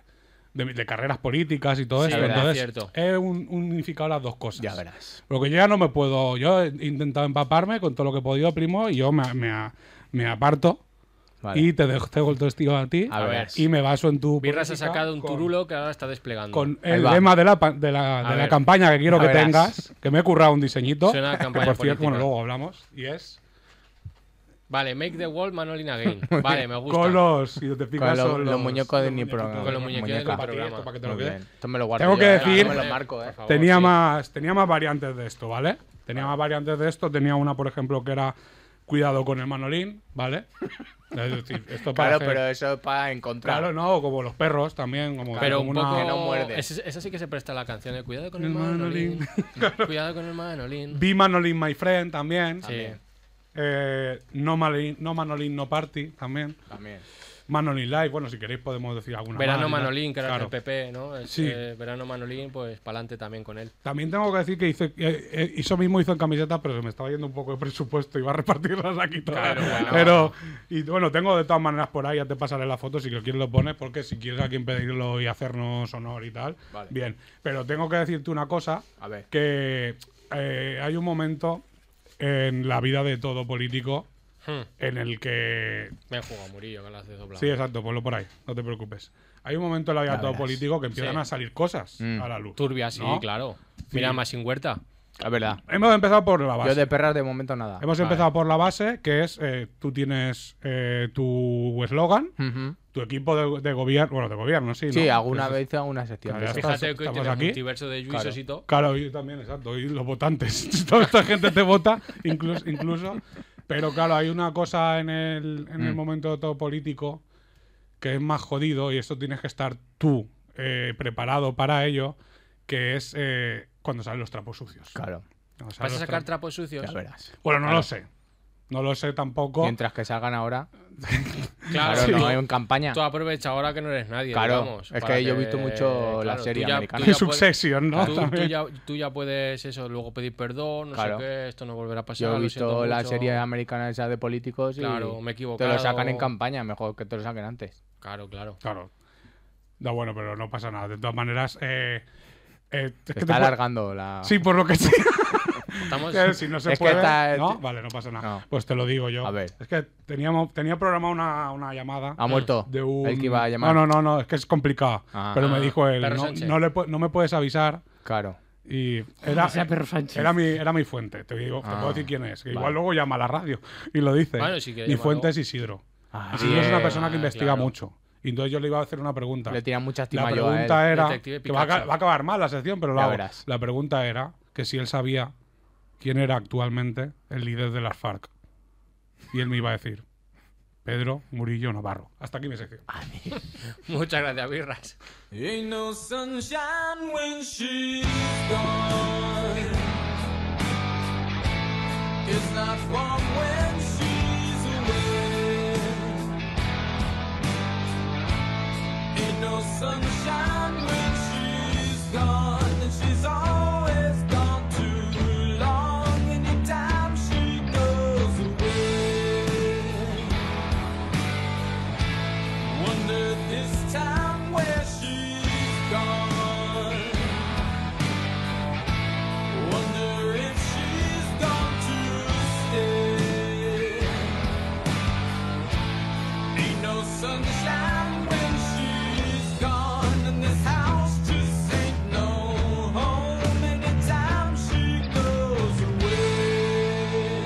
de, de carreras políticas y todo Sí, eso. es verdad, Entonces, cierto. he un- unificado las dos cosas. Ya verás. Porque yo ya no me puedo. Yo he intentado empaparme con todo lo que he podido, primo, y yo me, me, a- me aparto Vale. y te dejo, te dejo el testigo a ti. A ver. Y me baso en tu. Birra se ha política sacado un con- turulo que ahora está desplegando. Con Ahí el va. lema de la, pa- de la, Mm. A de la ver. campaña que quiero Ya que verás. tengas, que me he currado un diseñito. Suena a que campaña por cierto, política. bueno, luego hablamos. Y es. Vale, make the wall <laughs> Manolin again. Vale, me gusta. Con los. Si te Con fijas, los, son los muñecos de los mi programa. muñequitos. Con los muñequitos de Esto Niprograma. para ti, esto para que te lo Muy quedes. bien. Esto me lo guardo. Tengo yo, que eh. decir- Me lo marco, eh. Por favor, tenía, sí. más, tenía más variantes de esto, ¿vale? Tenía más variantes de esto. Tenía una, por ejemplo, que era cuidado con el manolín, <laughs> ¿vale? Es decir, esto para Claro, hacer- pero eso es para encontrar. Claro, no, como los perros también. Como Pero como un una- poco. Que no muerde. Ese- esa sí que se presta a la canción de Cuidado con El el manolín". <laughs> manolín. Cuidado con el manolín. Be Manolín My Friend también. Sí. Eh, no, Manolín, no Manolín No Party también. También. Manolín Live, bueno, si queréis podemos decir alguna Verano más, ¿no? Manolín, que era Claro. el PP, ¿no? Es, Sí. eh, Verano Manolín, pues pa'lante también con él. También tengo que decir que hice, eh, eh, eso mismo hizo en camisetas, pero se me estaba yendo un poco de presupuesto. Iba a repartirlas aquí todas. Claro, bueno. pero, y bueno, tengo de todas maneras por ahí, ya te pasaré la foto si lo quieres lo pones, porque si quieres a quien pedirlo y hacernos honor y tal. Vale. Bien, pero tengo que decirte una cosa, A ver. que eh, hay un momento en la vida de todo político Hmm. en el que Me he jugado Murillo con las de doblado. Sí, exacto, ponlo por ahí, no te preocupes. Hay un momento en la vida de todo verás. político que empiezan Sí. a salir cosas Mm. a la luz. Turbia, sí, ¿no? claro. Mira, más sin huerta. Es verdad. Hemos empezado por la base. Yo de perras de momento nada. Hemos empezado por la base, que es eh, tú tienes eh, tu eslogan, Ujú. tu equipo de, de gobierno, bueno, de gobierno, sí. ¿no? Sí, alguna Eso- vez hice alguna sección. Claro, de ya eso. Estamos- Fíjate que hoy estamos tenemos aquí. multiverso de juicios Claro. y todo. Claro, yo también, exacto. Y los votantes. <laughs> Toda esta gente te vota, incluso. incluso. Pero claro, hay una cosa en el, en Mm. el momento todo político que es más jodido y esto tienes que estar tú eh, preparado para ello, que es eh, cuando salen los trapos sucios. Claro, Cuando salen ¿Vas a los sacar tra- trapos sucios? ya verás. Bueno, no lo sé. No lo sé tampoco. Mientras que salgan ahora. Claro, Claro, tú- no hay en campaña. Tú aprovecha ahora que no eres nadie. Claro, digamos, es para que yo he visto mucho la tú serie ya- americana. tú ya puedes- Succession, <laughs> ¿no? Tú, tú También. ya, tú ya puedes eso, luego pedir perdón, no Claro. sé qué, esto no volverá a pasar. Yo he lo visto siento la mucho. serie americana esa de políticos y Claro, me he te equivocado. lo sacan en campaña, mejor que te lo saquen antes. Claro, claro. Claro. No, bueno, pero no pasa nada. De todas maneras, eh, eh, es que Se te está puedo- alargando la... Sí, por lo que sea. Estamos... Que si no se Pues Es que puede. está- ¿no? Vale, no pasa nada. No. Pues te lo digo yo. A ver. Es que teníamos, tenía programada una, una llamada. Ha muerto de un... el que iba a llamar. No, no, no, no, es que es complicado. Ah. Pero me dijo él, Perro no, Sánchez. no le pu- no me puedes avisar. Claro. Y era, Ah, sea Perro Sánchez. era mi, era mi fuente, te digo, te puedo decir quién es. Que igual Ah, vale. luego llama a la radio y lo dice. Bueno, si quiere mi llamarlo. fuente es Isidro. Ah, Isidro es una bien. persona que Ah, investiga claro. mucho. Y entonces yo le iba a hacer una pregunta. Le tiran muchas La timas yo a él. pregunta era. Detective Que va, a, ca- Pikachu. va a acabar mal la sección, pero la Ya hago. verás. La pregunta era que si él sabía quién era actualmente el líder de las FARC. Y él me iba a decir: Pedro Murillo Navarro. Hasta aquí mi sección. <laughs> Ah, Muchas gracias, Birras. Ain't no sunshine when she's gone. It's not warm when she's away. Ain't no sunshine when she's gone. And she's always gone too long. Anytime she goes away. Wonder this time where she's gone. Wonder if she's gone to stay. Ain't no sunshine when she's gone, and this house just ain't no home. Anytime she goes away.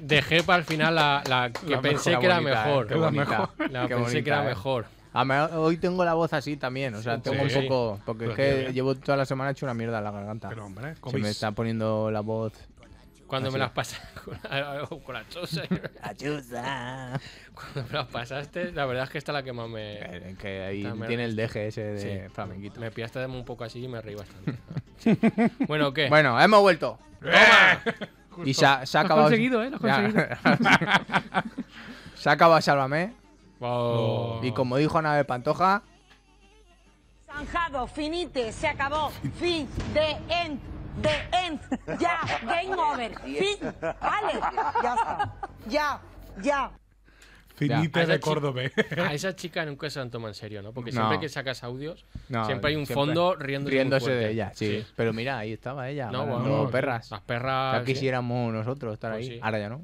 dejé para el final la, la que La pensé mejor, que era la bonita, mejor. eh, qué bonita, La qué pensé que era bonita, eh. mejor. Además, hoy tengo la voz así también, o sea, tengo Sí. un poco. Porque es Pero qué que Pues bien. llevo toda la semana hecho una mierda en la garganta. Pero hombre, Se COVID. me está poniendo la voz. Cuando me Así. las pasaste <laughs> con, la- con la chosa, cuando me las pasaste, la verdad es que esta es la que más me, Eh, Que ahí También- tiene el deje ese de Sí. flamenquito. me pillaste de un poco así y me reí <laughs> bastante. bueno, ¿qué? Bueno, hemos vuelto. Eh. Justo. Y se ha, se ha Lo has acabado. conseguido, ¿eh? Lo has Ya. <laughs> se ha acabado Sálvame. Oh. Y como dijo Ana de Pantoja, Zanjado, finite, se acabó. Fin, de end, de end. Ya, game over. Fin, vale. Ya está. Ya, ya. Finite Ya. Esa de Ah, chi- Córdoba. <laughs> A esa chica nunca se la toma en serio, ¿no? Porque No. siempre que sacas audios, No, siempre hay un fondo riéndose, muy fuerte. de ella, sí. Pero mira, ahí estaba ella. No, No, bueno, perras. Las perras. Ya sí. quisiéramos nosotros estar Pues ahí. sí. Ahora ya no.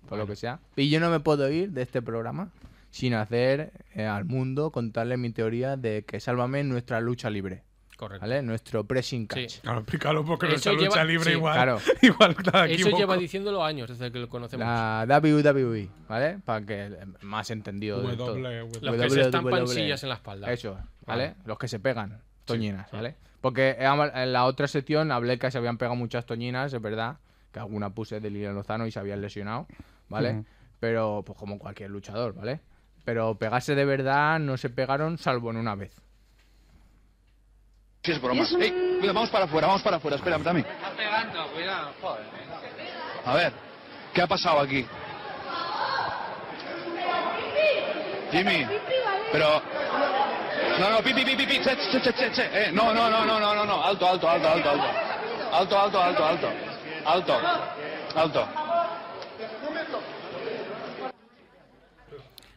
Por Bueno. lo que sea. Y yo no me puedo ir de este programa sin hacer eh, al mundo contarle mi teoría de que Sálvame es nuestra lucha libre. Correcto. ¿Vale? Nuestro pressing Sí. catch. Claro, explícalo porque Eso nuestra lucha lleva- libre sí, igual. claro. <laughs> Igual nada, Eso lleva equivoco. diciéndolo años desde que lo conocemos. La WWE, ¿vale? Para que eh, más entendido de todo. W, E. Los W. que se WWE. estampan sillas en la espalda. Eso, ¿vale? Vale. Los que se pegan, toñinas, sí. ¿vale? Porque he ama- en la otra sección hablé que se habían pegado muchas toñinas, es verdad, que alguna puse de Lilian Lozano y se habían lesionado, ¿vale? Ujú. Pero, pues como cualquier luchador, ¿vale? Pero pegarse de verdad no se pegaron salvo en una vez. es broma. Ey, cuidado, vamos para afuera, vamos para afuera, espérame, espérame. Está pegando, cuidado, joder. A ver, ¿qué ha pasado aquí? Jimmy, pero... No, no, pipi, pipi, pipi, che, che, che, che, che. Eh, no, no, no, no, no, no, no, alto, alto, alto, alto, alto. Alto, alto, alto, alto. Alto, alto.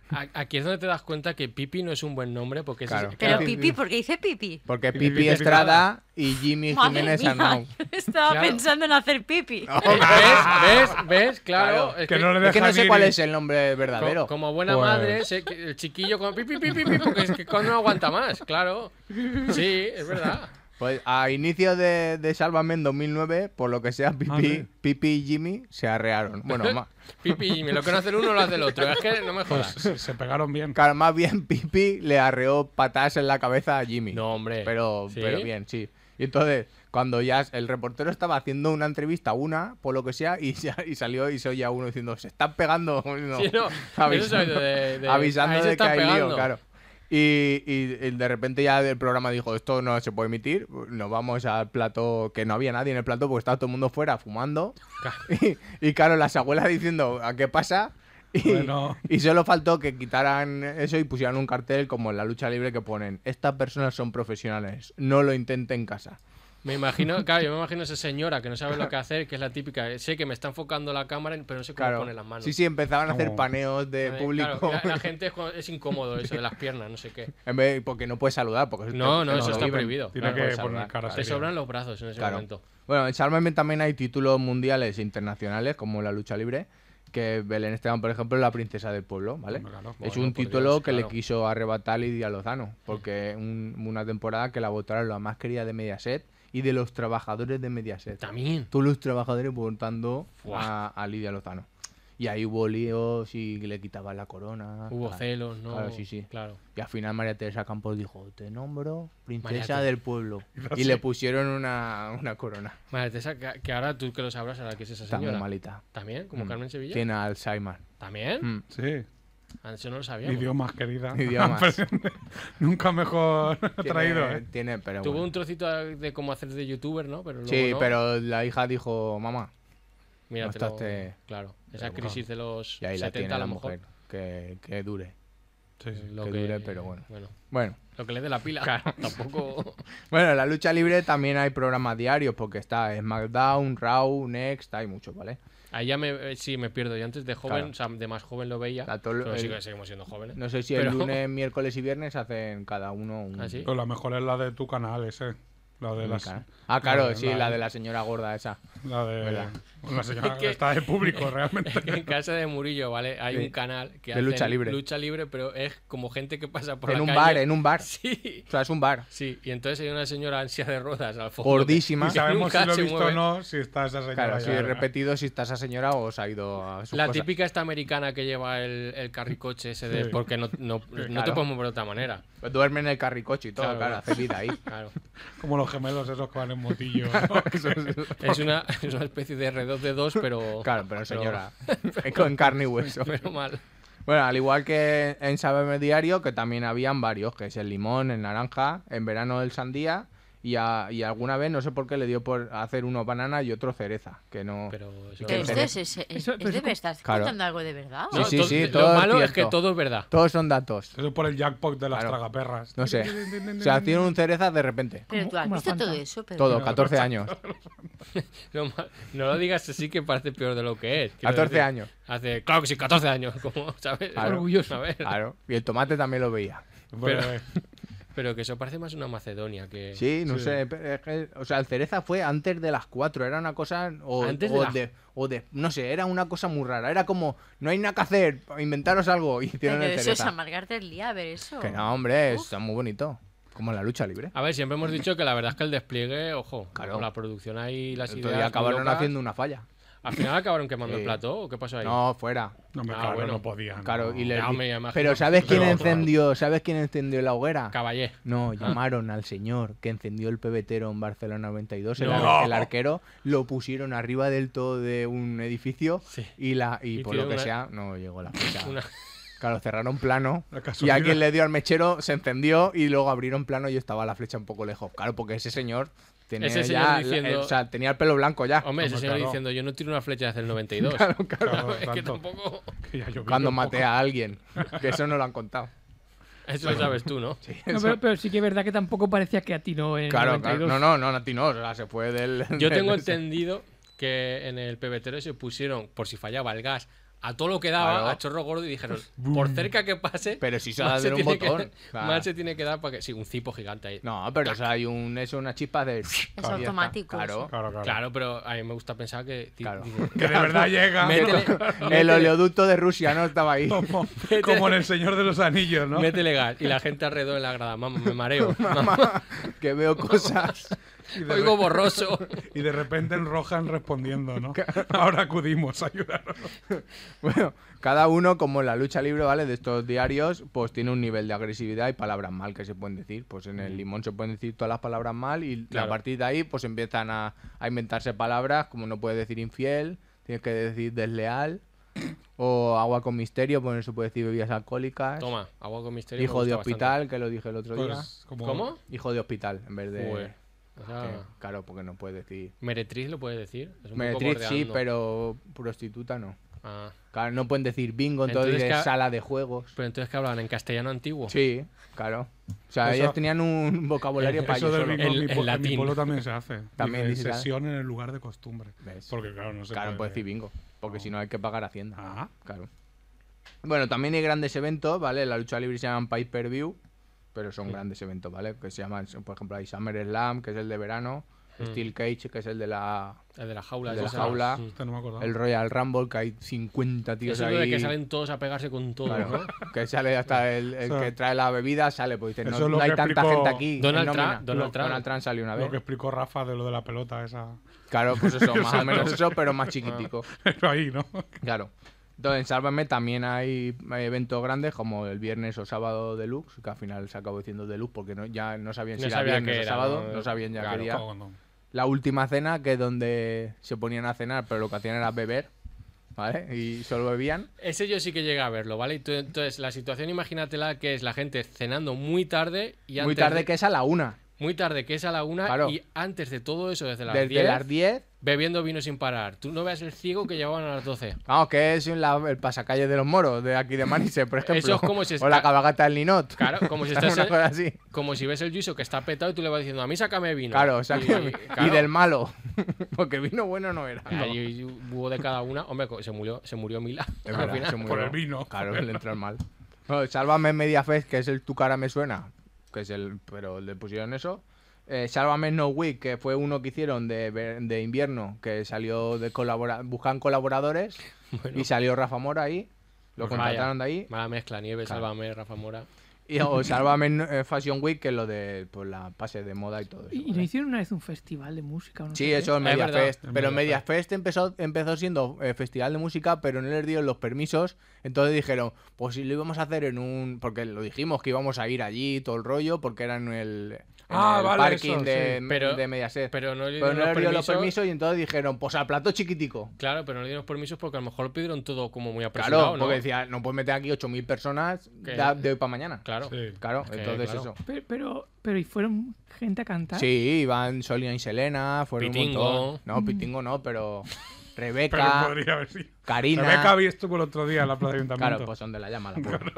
A- Aquí es donde te das cuenta que Pipi no es un buen nombre porque es- <laughs> Claro. Pero Claro. pipí, ¿por qué dice pipí? Porque Pipi Pipi Estrada y Jimmy Madre Jiménez mía, Arnau. <laughs> yo estaba Claro. pensando en hacer pipí. ¿Ves? ¿Ves? ¿Ves? Claro. Claro. es Que no le Es que deja no sé ni- cuál es el nombre co- verdadero. como buena Pues- madre, sé que el chiquillo con pipi, pipi, pipi, porque es que con- no aguanta más, claro. Sí, es verdad. Pues a inicio de, de Sálvame en 2009, por lo que sea, Pipi, Madre. Pipi y Jimmy se arrearon. Bueno, más, Pipi, me lo que no hace el uno lo hace el otro. Es que no me jodas. <laughs> Se, se pegaron bien. claro, más bien Pipi le arreó patadas en la cabeza a Jimmy. No, hombre. Pero, ¿Sí? pero bien, sí. Y entonces, cuando ya el reportero estaba haciendo una entrevista, una, por lo que sea, y, ya- y salió y se oía uno diciendo, se están pegando. <laughs> No. Sí, no, eso se ha oído de- de- avisando ahí se de que están hay lío, pegando. claro. Y, y- y de repente ya el programa dijo, esto no se puede emitir, nos vamos al plato, que no había nadie en el plato porque estaba todo el mundo fuera fumando. <laughs> Y, y claro, las abuelas diciendo, ¿a qué pasa? Y, Bueno. y solo faltó que quitaran eso y pusieran un cartel como en la lucha libre que ponen, estas personas son profesionales, no lo intenten en casa. Me imagino, claro, yo me imagino esa señora que no sabe lo que hacer, que es la típica. Sé que me está enfocando la cámara, pero no sé cómo Claro. poner las manos. Sí, sí, empezaban a hacer No. paneos de Eh, público. claro, la, la gente es, co- es incómodo eso de las piernas, no sé qué. <laughs> En vez- porque no puedes saludar. Porque No, no, te- eso lo está viven. prohibido. Tiene No que puedes poner saludar, cara Te seria. sobran los brazos en ese Claro. momento. Bueno, en Sálvame también hay títulos mundiales e internacionales, como la lucha libre, que Belén Esteban, por ejemplo, es la princesa del pueblo, ¿vale? Hombre, claro. es Bueno, un por título Dios, que claro. le quiso arrebatar Lidia Lozano, porque un- una temporada que la votaron la más querida de Mediaset y de los trabajadores de Mediaset. También. Todos los trabajadores votando Fuah. a, a Lidia Lozano. Y ahí hubo líos y le quitaban la corona. Hubo tal. celos, ¿no? Ah, Claro, sí, sí. Claro. Y al final María Teresa Campos dijo, te nombro María princesa Teresa. del <laughs> pueblo. Y le pusieron una, una corona. Madre Teresa, que, que ahora tú que lo sabrás, ahora que es esa Está muy señora. malita. ¿También? ¿Como Mm. Carmen Sevilla? Tiene Alzheimer. ¿También? Mm. Sí. Ah, Eso no lo sabíamos. Idiomas, querida. <laughs> Idiomas. Nunca mejor <laughs> traído, tiene, ¿eh? tiene- pero Tuvo bueno. un trocito de cómo hacer de youtuber, ¿no? Pero luego Sí, no. pero la hija dijo, mamá, Mira, no te lo- estás- Claro, esa Pero bueno. crisis de los y ahí la 70 tiene a la lo mejor. mujer. Que, que dure. Sí, sí. Lo que dure, pero bueno. Bueno. lo que le dé la pila. <laughs> Tampoco. Bueno, en la lucha libre también hay programas diarios porque está SmackDown, Raw, Next, hay muchos, ¿vale? Ahí ya me, eh, sí, me pierdo. Yo antes de joven, Claro. o sea, de más joven lo veía. A todo lo- pero sí el- que seguimos siendo jóvenes. No sé si Pero- el lunes, miércoles y viernes hacen cada uno un... ¿Ah, sí? Pues Pero la mejor es la de tu canal ese. La de las- Nunca. Ah, claro, la- sí, la de la señora gorda esa. La de. ¿Verdad? La <laughs> señora que está de público, realmente. <laughs> en casa de Murillo, ¿vale? Hay Sí. un canal que De hace lucha libre. lucha libre, pero es como gente que pasa por En la un calle. bar, en un bar. <laughs> Sí. O sea, es un bar. Sí, y entonces hay una señora ansia de ruedas al fondo. Gordísima. que- Y sabemos nunca si lo he se visto o mueve. No, si está esa señora. Claro, si ya. he repetido, si está esa señora o se ha ido a su La cosa. típica esta americana que lleva el, el carricoche ese de... Sí. Porque no, no, no te <laughs> Claro. puedes mover de otra manera. Pues duerme en el carricoche y todo, claro, hace vida <laughs> ahí. Claro. Como los gemelos esos que van en motillo. Claro, <laughs> eso es- Es una, es una especie de R2D2, pero. Claro, pero señora, <laughs> con carne y hueso. Pero mal. Bueno, al igual que en Saberme Diario, que también habían varios, que es el limón, el naranja, en verano el sandía, y, a- y alguna vez, no sé por qué, le dio por hacer uno banana y otro cereza, que no... que Pero el esto cere- es, es, es- Eso- pero es de eso- verdad. ¿Estás Claro. contando algo de verdad? Sí, sí, todo- sí, lo todo es malo es que cierto. todo es verdad. Todos son datos. Eso es por el jackpot de las Claro. tragaperras. No <laughs> <laughs> sé. O sea, tiene un cereza de repente. Pero tú has Como la visto Fanta. todo eso, Pedro. Todo, 14 <laughs> años. Lo ma- no lo digas así que parece peor de lo que es. Quiero 14 decir, años. Hace, claro que sí, 14 años. <laughs> Como, ¿sabes? Claro. Orgulloso. A ver, Claro. Y el tomate también lo veía. pero, Bueno, eh, pero que eso parece más una Macedonia que. Sí, no Sí. sé. pero es que- O sea, el cereza fue antes de las 4. Era una cosa. O, Antes de o las- de, o de- No sé, era una cosa muy rara. Era como, no hay nada que hacer, inventaros algo. Y hicieron Pero el eso es cereza. amargarte el día a ver eso. Que no, hombre, está muy bonito. Como en la lucha libre. A ver, siempre hemos dicho que la verdad es que el despliegue, ojo, Claro. con la producción ahí, las El otro ideas. día acabaron locas, haciendo una falla. Al final acabaron quemando el Sí. plató, ¿o qué pasó ahí? No, fuera. no me Ah, claro, bueno. no podían. Claro, y les Ya di- me imagino. Pero ¿sabes quién Pero, claro. encendió? ¿Sabes quién encendió la hoguera? Caballé. No, llamaron al señor que encendió el pebetero en Barcelona 92, el, No. ar- el arquero, lo pusieron arriba del todo de un edificio Sí. y la y Y por lo tiene que una- sea no llegó la fecha. <laughs> Una- Claro, cerraron plano La y casualidad. alguien le dio al mechero, se encendió y luego abrieron plano y estaba la flecha un poco lejos. Claro, porque ese señor tenía Ese señor ya, diciendo- eh, o sea, tenía el pelo blanco ya. Hombre, ese Hombre, señor claro. diciendo, yo no tiro una flecha <laughs> desde el 92. Claro, <laughs> es que tanto. tampoco. Que ya llovió Cuando un poco. maté a alguien, que eso no lo <laughs> han contado. Eso lo sabes tú, ¿no? No, pero, pero sí que es verdad que tampoco parecía que atinó en el Claro, 92. claro. No, no, no, a ti no, o sea, se fue del Yo <laughs> tengo del- entendido que en el pebetero se pusieron, por si fallaba el gas, a todo lo que daba, Claro. a chorro gordo, y <laughs> dijeron, por cerca que pase. Pero si se más ha de dar un tiene que- botón. O sea, más se tiene que dar para que. Sí, un cipo gigante ahí. No, pero o sea, hay un, es una chispa de. Es automático. Claro. Claro, claro. Claro, pero a mí me gusta pensar que. di- Claro. digo, <laughs> Que de verdad llega. <laughs> Métele, El métele- oleoducto de Rusia no estaba ahí. Como, como en El Señor de los Anillos, ¿no? métele gas. Y la gente alrededor en la grada, mamá, me <laughs> mareo. mamá, que <laughs> veo cosas. Y de, Oigo re- borroso. <laughs> y de repente enrojan respondiendo, ¿no? Ahora acudimos a ayudaros. Bueno, cada uno, como en la lucha libre, ¿vale? De estos diarios, pues tiene un nivel de agresividad y palabras mal que se pueden decir. Pues en el limón se pueden decir todas las palabras mal y Mm. Claro. a partir de ahí, pues empiezan a, a inventarse palabras, como no puedes decir infiel, tienes que <coughs> decir desleal. O agua con misterio, pues no se puede decir bebidas alcohólicas. Toma, agua con misterio. me Hijo de gusta hospital, que lo dije el otro día. Pues, como- ¿Cómo? Hijo de hospital, en vez de. bastante. Ué, o sea, que, claro, porque no puedes decir. Meretriz lo puedes decir. Es Ah. un poco Meretriz sí, bordeando. pero prostituta no. Ah, Claro, no pueden decir bingo, entonces, Entonces, dicen ¿qué ha- sala de juegos. pero entonces que hablaban en castellano antiguo. Sí, claro. O sea, Eso- ellos <laughs> tenían un vocabulario para Eso ellos del solo. bingo El- en, mi el po- en mi latín. pueblo también se hace. <laughs> También Dice, digital. sesión en el lugar de costumbre. ¿Ves? Porque claro, no se Claro, no puede puedes decir bingo, porque No. si no hay que pagar Hacienda. Ah, Claro. Bueno, también hay grandes eventos, ¿vale? La lucha libre se llaman Pay Per View, pero son grandes eventos, ¿vale? Que se llaman, son, por ejemplo, hay Summer Slam, que es el de verano, Hmm. Steel Cage, que es el de la El de la jaula. El de esa. la jaula. Mm. este no me acordaba. el Royal Rumble, que hay 50 tíos Eso es ahí. lo de que salen todos a pegarse con todo, Claro, ¿no? que sale hasta el, el Eso- que trae la bebida, sale, pues dice, eso no, es lo no hay que tanta explicó gente aquí. en Donald nómina. Trump- Donald Trump. Donald Trump salió una Lo vez. que explicó Rafa de lo de la pelota esa. <laughs> Claro, pues eso, más o menos eso, pero más chiquitico. Pero ahí, ¿no? Claro. Entonces, en Sálvame también hay hay eventos grandes como el viernes o sábado deluxe, que al final se acabó diciendo deluxe porque no, ya no sabían si No era sabía viernes qué o era, sábado, ¿no? no, sabían ya Claro, qué día. Cago, no. La última cena, que es donde se ponían a cenar, pero lo que hacían era beber, ¿vale? Y solo bebían. Ese yo sí que llegué a verlo, ¿vale? Y tú- Entonces, la situación, imagínatela, que es la gente cenando muy tarde y Muy antes tarde, de- que es a la una. Muy tarde, que es a la una, Claro. y antes de todo eso, desde las Desde 10, las 10 bebiendo vino sin parar. Tú no veas el ciego que llevaban a las 12. Vamos, que Ah, es la- el pasacalle de los moros, de aquí de Manises, por ejemplo. <laughs> Eso es como si O la está- cabalgata del Ninot. Claro, como si <laughs> Una estás... cosa así. Como si ves el juicio que está petado y tú le vas diciendo, a mí sácame vino. Claro, o sea, Y- que- claro. y del malo. <laughs> Porque vino bueno no era. Ahí hubo de cada una. Hombre, co- se murió, se murió Mila. Es al verdad, final. se murió. Por el vino. Claro, le entró el mal. Bueno, Sálvame en Media Fest, que es el Tu cara me suena. Que es el. Pero le pusieron eso. eh, Sálvame No Week, que fue uno que hicieron de, ver- de invierno, que salió de colabora <laughs> buscan colaboradores y salió Rafa Mora ahí. Lo Pues contrataron vaya, de ahí. Mala mezcla, Nieve, Claro. Sálvame, Rafa Mora. Y, <laughs> o Sálvame No- eh, Fashion Week, que es lo de pues, la pase de moda y todo eso. Y, y no hicieron una vez un festival de música. o no Sí, sé eso qué? es Mediafest. Es Pero Mediafest. Mediafest empezó, empezó siendo eh, festival de música, pero no les dieron los permisos. Entonces dijeron, pues si lo íbamos a hacer en un. Porque lo dijimos que íbamos a ir allí y todo el rollo, porque era en el, en Ah, el vale, parking eso, de, sí. pero, Pero- de Mediaset. Pero no le Pero dieron no les los dieron los permisos. permisos y entonces dijeron, pues al plato chiquitico. Claro, pero no le dieron los permisos porque a lo mejor lo pidieron todo como muy apresurado, Claro, Pues ¿no? porque decía, no puedes meter aquí 8.000 personas Que- da- de hoy para mañana. Claro. Sí. Claro, que, entonces claro. eso. Pero, pero, pero, ¿y fueron gente a cantar? Sí, iban Sonia y Selena, fueron Pitingo. un montón. No, Pitingo no, pero <laughs> Pero Rebeca, podría haber sido. Karina. Rebeca Vi estuvo el otro día en la plaza de ayuntamiento. Claro, pues donde la llama <laughs> la pobre.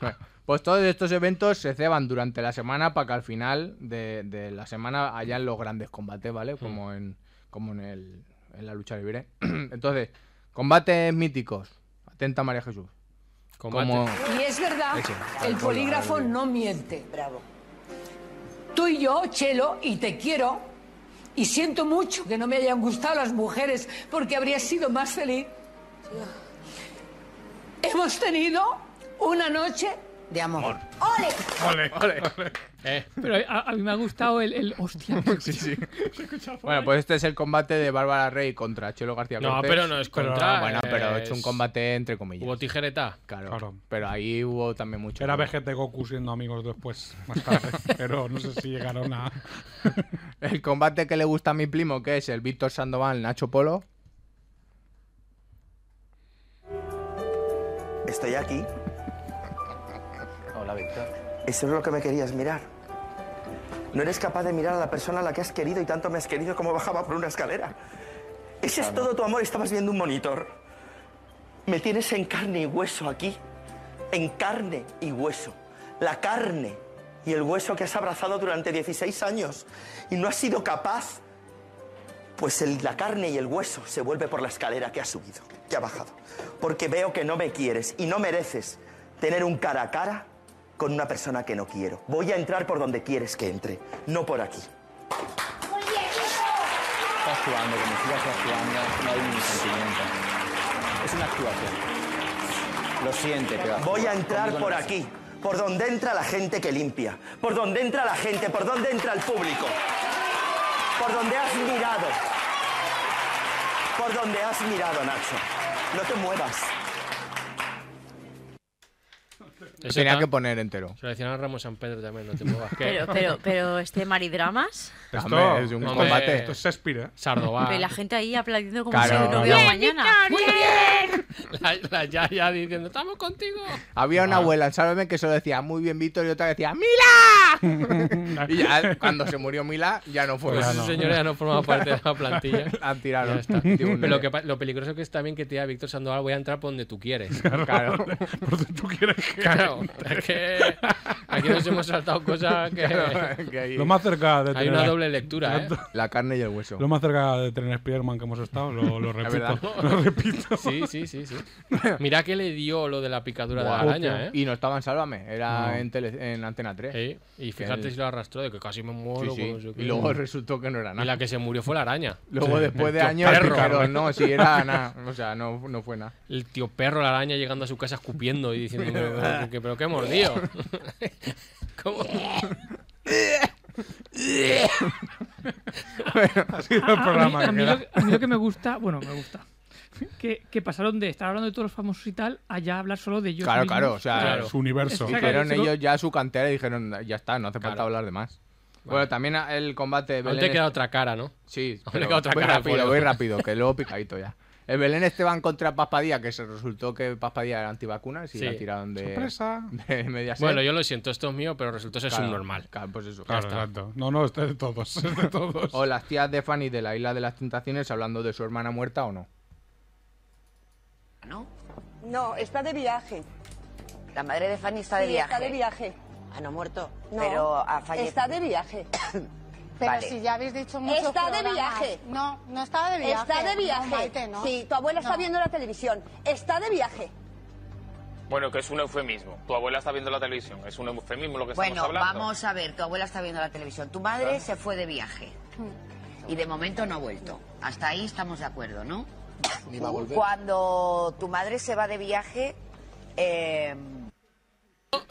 Bueno, Pues todos estos eventos se ceban durante la semana para que al final de, de la semana hayan los grandes combates, ¿vale? Hmm. Como en como en, el, en la lucha libre. <clears throat> Entonces, combates míticos. Atenta María Jesús. Combate. <laughs> Como- Y es verdad, Eche, el alcohol, polígrafo alcohol. no miente. Bravo. Tú y yo, Chelo, y te quiero. Y siento mucho que no me hayan gustado las mujeres, porque habría sido más feliz. Hemos tenido una noche de amor. ¡Ole! Ole, pues, ole. Eh, Pero a, a mí me ha gustado el, el hostia. <laughs> Sí, sí. Bueno, pues este es el combate de Bárbara Rey contra Chelo García No, Cortés. pero no es Pero, contra, bueno, pero es... es- un combate entre comillas. Hubo tijereta. Claro. Claro. Pero ahí hubo también mucho. Era Vegeta y Goku siendo amigos después, más <laughs> tarde. pero no sé si llegaron a. El combate que le gusta a mi primo, que es el Víctor Sandoval, Nacho Polo. Estoy aquí. Hola, Víctor. Eso es lo que me querías mirar. No eres capaz de mirar a la persona a la que has querido y tanto me has querido como bajaba por una escalera. Ese es todo tu amor. Estabas viendo un monitor. Me tienes en carne y hueso aquí. En carne y hueso. La carne y el hueso que has abrazado durante 16 años y no has sido capaz. Pues el- la carne y el hueso se vuelve por la escalera que has subido, que ha bajado. Porque veo que no me quieres y no mereces tener un cara a cara con una persona que no quiero. Voy a entrar por donde quieres que entre, no por aquí. Estás actuando, como sigas actuando, no hay ningún sentimiento. Es una actuación. Lo siente, pero... actúa. Voy a entrar Conmigo no por pasa. aquí, por donde entra la gente que limpia, por donde entra la gente, por donde entra el público, por donde has mirado, por donde has mirado, Nacho. No te muevas. Lo Eso tenía está- que poner entero. Seleccionaron a Ramos San Pedro también, no te muevas. que- Pero, pero, pero este Maridramas. Hombre, es un hombre, combate. Esto es Shakespeare, ¿eh? Sardoba. Ve la gente ahí aplaudiendo como Claro, si claro. no hubiera ¡Bien, mañana. ¡Muy bien! <laughs> La, la Yaya diciendo, estamos contigo. Había una abuela en Sálvame que solo decía muy bien Víctor y otra decía ¿eh? ¡Mila! <laughs> y ya cuando se murió Mila ya no fue. Pues Ya ese no. señor ya no forma parte de la plantilla. La han tirado. Ya está. Digo, Pero lo, que pa- lo peligroso que es también que te diga Víctor Sandoval, voy a entrar por donde tú quieres. <laughs> Claro. <laughs> Por donde tú quieres que. Claro, es que aquí nos hemos saltado cosas que... Claro, <laughs> que ahí- Lo más cerca de Hay tener. una doble lectura, ¿eh? La carne y el hueso. Lo más cerca de tener Spiderman que hemos estado, lo, lo repito. verdad. Lo repito. Sí, sí, sí, sí. Mira que le dio lo de la picadura de Buah. la araña, ¿eh? Y no estaba en Sálvame, era No. en, tele- en Antena 3. Sí, Y fíjate el- si lo arrastró, de que casi me Sí, muero. sí. no sé qué. Y luego resultó que no era Y nada. la que se murió fue la araña. Luego después de Tío, años perro. dijeron, no, sí era nada. O sea, no, no fue nada. El tío perro, la araña, llegando a su casa escupiendo y diciendo, pero, que- pero qué <laughs> mordido. ¿Cómo? <laughs> Ha sido A- el a programa. mí- a, que mí, queda. lo, que- a mí lo que me gusta, bueno, me gusta. Que, que pasaron de estar hablando de todos los famosos y tal a ya hablar solo de ellos. Claro, mismos. claro, o sea, Claro. Su universo. O sea, que- Hicieron se- ellos ya su cantera y dijeron, ya está, no hace falta Claro. hablar de más. Bueno, también a- el combate de Aún Belén. te queda Est- otra cara, ¿no? Sí, aún pero le queda otra voy cara al rápido, pollo. voy rápido, que luego picadito ya. El Belén Esteban contra Paspadía, que se resultó que Paspadía era antivacunas y Sí. la tiraron de, <laughs> Sorpresa. de Mediaset. Bueno, yo lo siento, esto es mío, pero resultó ser Claro, subnormal. claro, pues eso. Claro, exacto. No, no, este es de todos. <laughs> es de todos. O las tías de Fanny de la Isla de las Tentaciones hablando de su hermana muerta o no. No, está de viaje. La madre de Fanny está de Sí, viaje. está de viaje. Ah, no muerto. No, Pero ha fallecido. Está de <coughs> viaje. Pero Vale. si ya habéis dicho mucho. Está de viaje. No, no estaba de viaje. Está de No, viaje. Maite, no. Sí, tu abuela está No. viendo la televisión. Está de viaje. Bueno, que es un eufemismo. Tu abuela está viendo la televisión. Es un eufemismo lo que Bueno, estamos hablando. vamos a ver, tu abuela está viendo la televisión. Tu madre Claro. se fue de viaje Mm. y de momento no ha vuelto. Hasta ahí estamos de acuerdo, ¿no? Ni va a volver. Cuando tu madre se va de viaje, eh,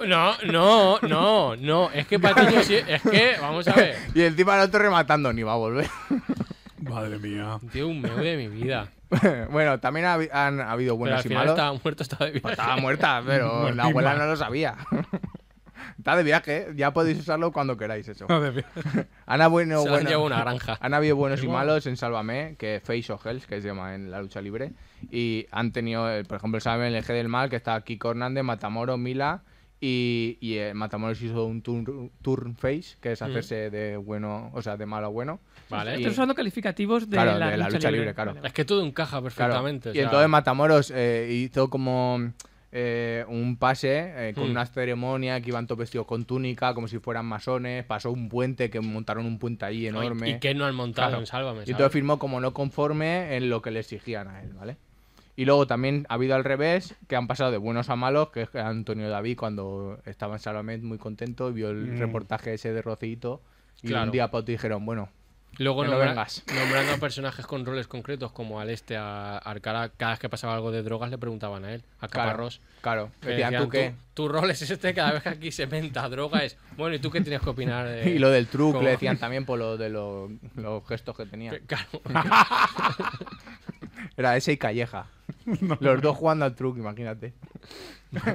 No, no, no, no. Es que Patiño sí. Es que, vamos a ver. <laughs> y encima el otro rematando, ni va a volver. <laughs> Madre mía. <laughs> Dios mío de mi vida. bueno, también ha habi- han habido Pero al buenos y Pues final malos. estaba muerto, estaba de viaje. Estaba muerta, pero la abuela no lo sabía. <laughs> Está de viaje, ¿eh? ya podéis usarlo cuando queráis eso. No, de vi- Han habido, Se la han bueno, llevado una granja. han habido buenos y Igual. malos en Sálvame, que Face o Hells, que se llama en la lucha libre. Y han tenido, eh, por ejemplo, Sálvame en el eje del mal, que está Kiko Hernández, Matamoro, Mila. Y, y eh, Matamoros hizo un turn, turn face, que es Mm. hacerse de bueno, o sea, de malo a bueno. Vale. Y- Estás usando calificativos de, Claro, la, lucha libre. claro. Es que todo encaja Claro. perfectamente. o Y sea, entonces Matamoros eh, hizo como eh, un pase eh, con Hmm. una ceremonia que iban todos vestidos con túnica, como si fueran masones. Pasó un puente, que montaron un puente ahí ¿no? Y- enorme. ¿eh? Y que no han montado Claro. en Sálvame. Y entonces ¿sabes? firmó como no conforme en lo que le exigían a él, ¿vale? Y luego también ha habido al revés, que han pasado de buenos a malos, que es que Antonio David cuando estaba en Salamed muy contento, vio el Mm. reportaje ese de Rocito y Claro. un día para otro dijeron, bueno, Luego que no nombra- vengas. <laughs> nombrando a personajes con roles concretos, como al este, a Arcara, cada vez que pasaba algo de drogas le preguntaban a él, a Claro, Caparrós. claro. Le Decían, decían, "¿Tú qué?". Tu rol es este, cada vez que aquí se menta droga es. Bueno, ¿y tú qué tienes que opinar? de- <laughs> Y lo del truco cómo-" le decían también por lo de lo- los gestos que <laughs> tenía. Que- claro. <laughs> Era ese y Calleja. Los dos jugando al truco, imagínate.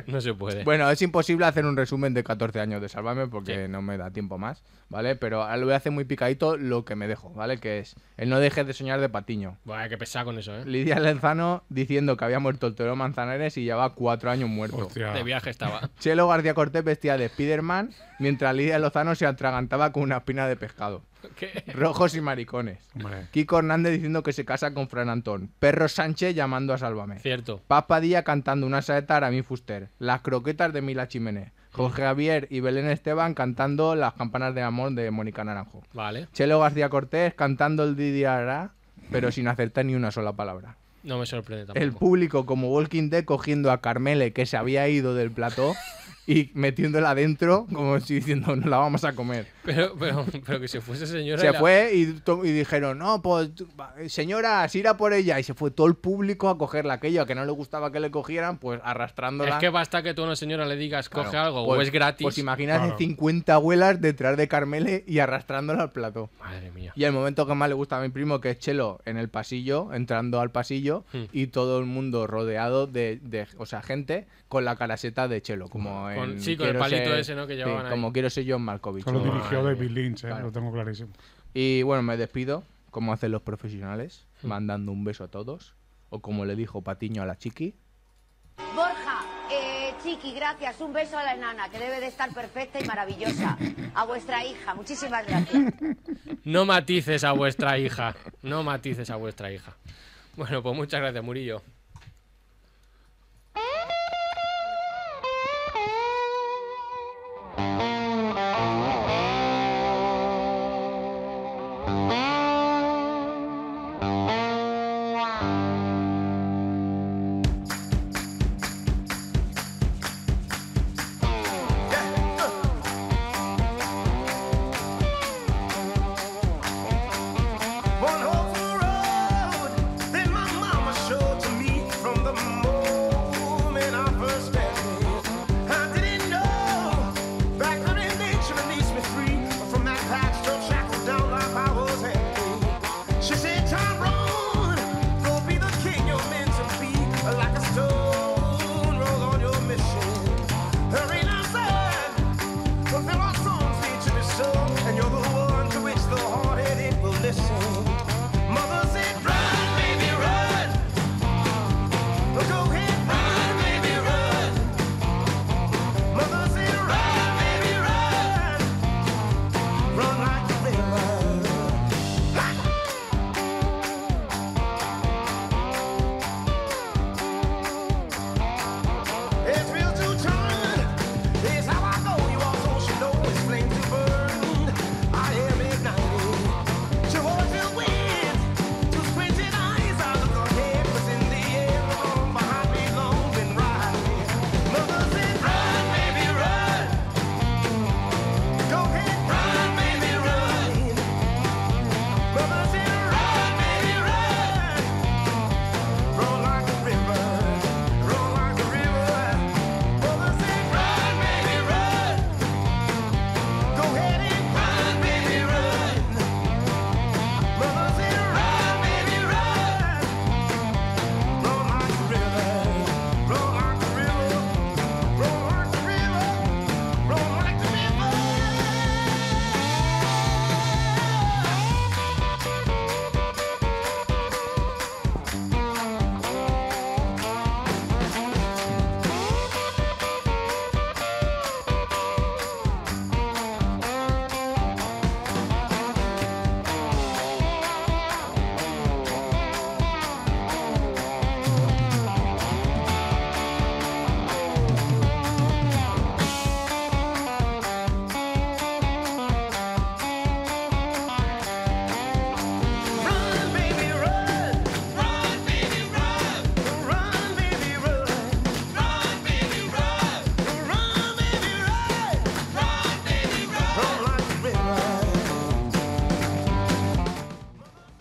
No se puede. Bueno, es imposible hacer un resumen de 14 años de Sálvame porque no me da tiempo más, ¿vale? Pero ahora lo voy a hacer muy picadito lo que me dejo, ¿vale? Que es el no dejes de soñar de Patiño. Vaya, que pesada con eso, ¿eh? Lidia Lenzano diciendo que había muerto el toro Manzanares y llevaba cuatro años muerto. De viaje estaba. <laughs> Chelo García Cortés vestía de Spiderman mientras Lidia Lozano se atragantaba con una espina de pescado. ¿Qué? Rojos y maricones. Hombre. Kiko Hernández diciendo que se casa con Fran Antón. Perro Sánchez llamando a Sálvame. Cierto. Paz Padilla cantando una saeta a Aramí Fuster. Las croquetas de Mila Jiménez. Jorge Javier y Belén Esteban cantando las campanas de amor de Mónica Naranjo. Vale. Chelo García Cortés cantando el Didi Ará, pero sin acertar ni una sola palabra. No me sorprende tampoco. El público como Walking Dead cogiendo a Carmele que se había ido del plató y metiéndola adentro como si diciendo no la vamos a comer. Pero, pero, pero que se fuese señora. y Se la- fue y, to- y dijeron, no, pues tú- va- señora, si irá por ella. Y se fue todo el público a cogerla. Aquello que no le gustaba que le cogieran, pues arrastrándola. Es que basta que tú a una señora le digas, coge Claro. algo o Pues- es gratis. Pues imagínate Claro. 50 abuelas detrás de Carmele y arrastrándola al plato. Madre mía. Y el momento que más le gusta a mi primo, que es Chelo, en el pasillo, entrando al pasillo, Hmm. y todo el mundo rodeado de, de- o sea, gente con la caraseta de Chelo, como Con- en sí, con el Quiero palito ser- ese, ¿no? que sí, llevaban ahí. como quiero ser John Malkovich. Solo o- dirigió Madre David mía. Lynch, eh, Claro. lo tengo clarísimo. Y bueno, me despido, como hacen los profesionales, mandando un beso a todos, o como le dijo Patiño a la chiqui. Borja, eh, Chiqui, gracias. Un beso a la enana, que debe de estar perfecta y maravillosa. A vuestra hija, muchísimas gracias. No matices a vuestra hija. No matices a vuestra hija. Bueno, pues muchas gracias, Murillo. One horse road that my mama showed to me.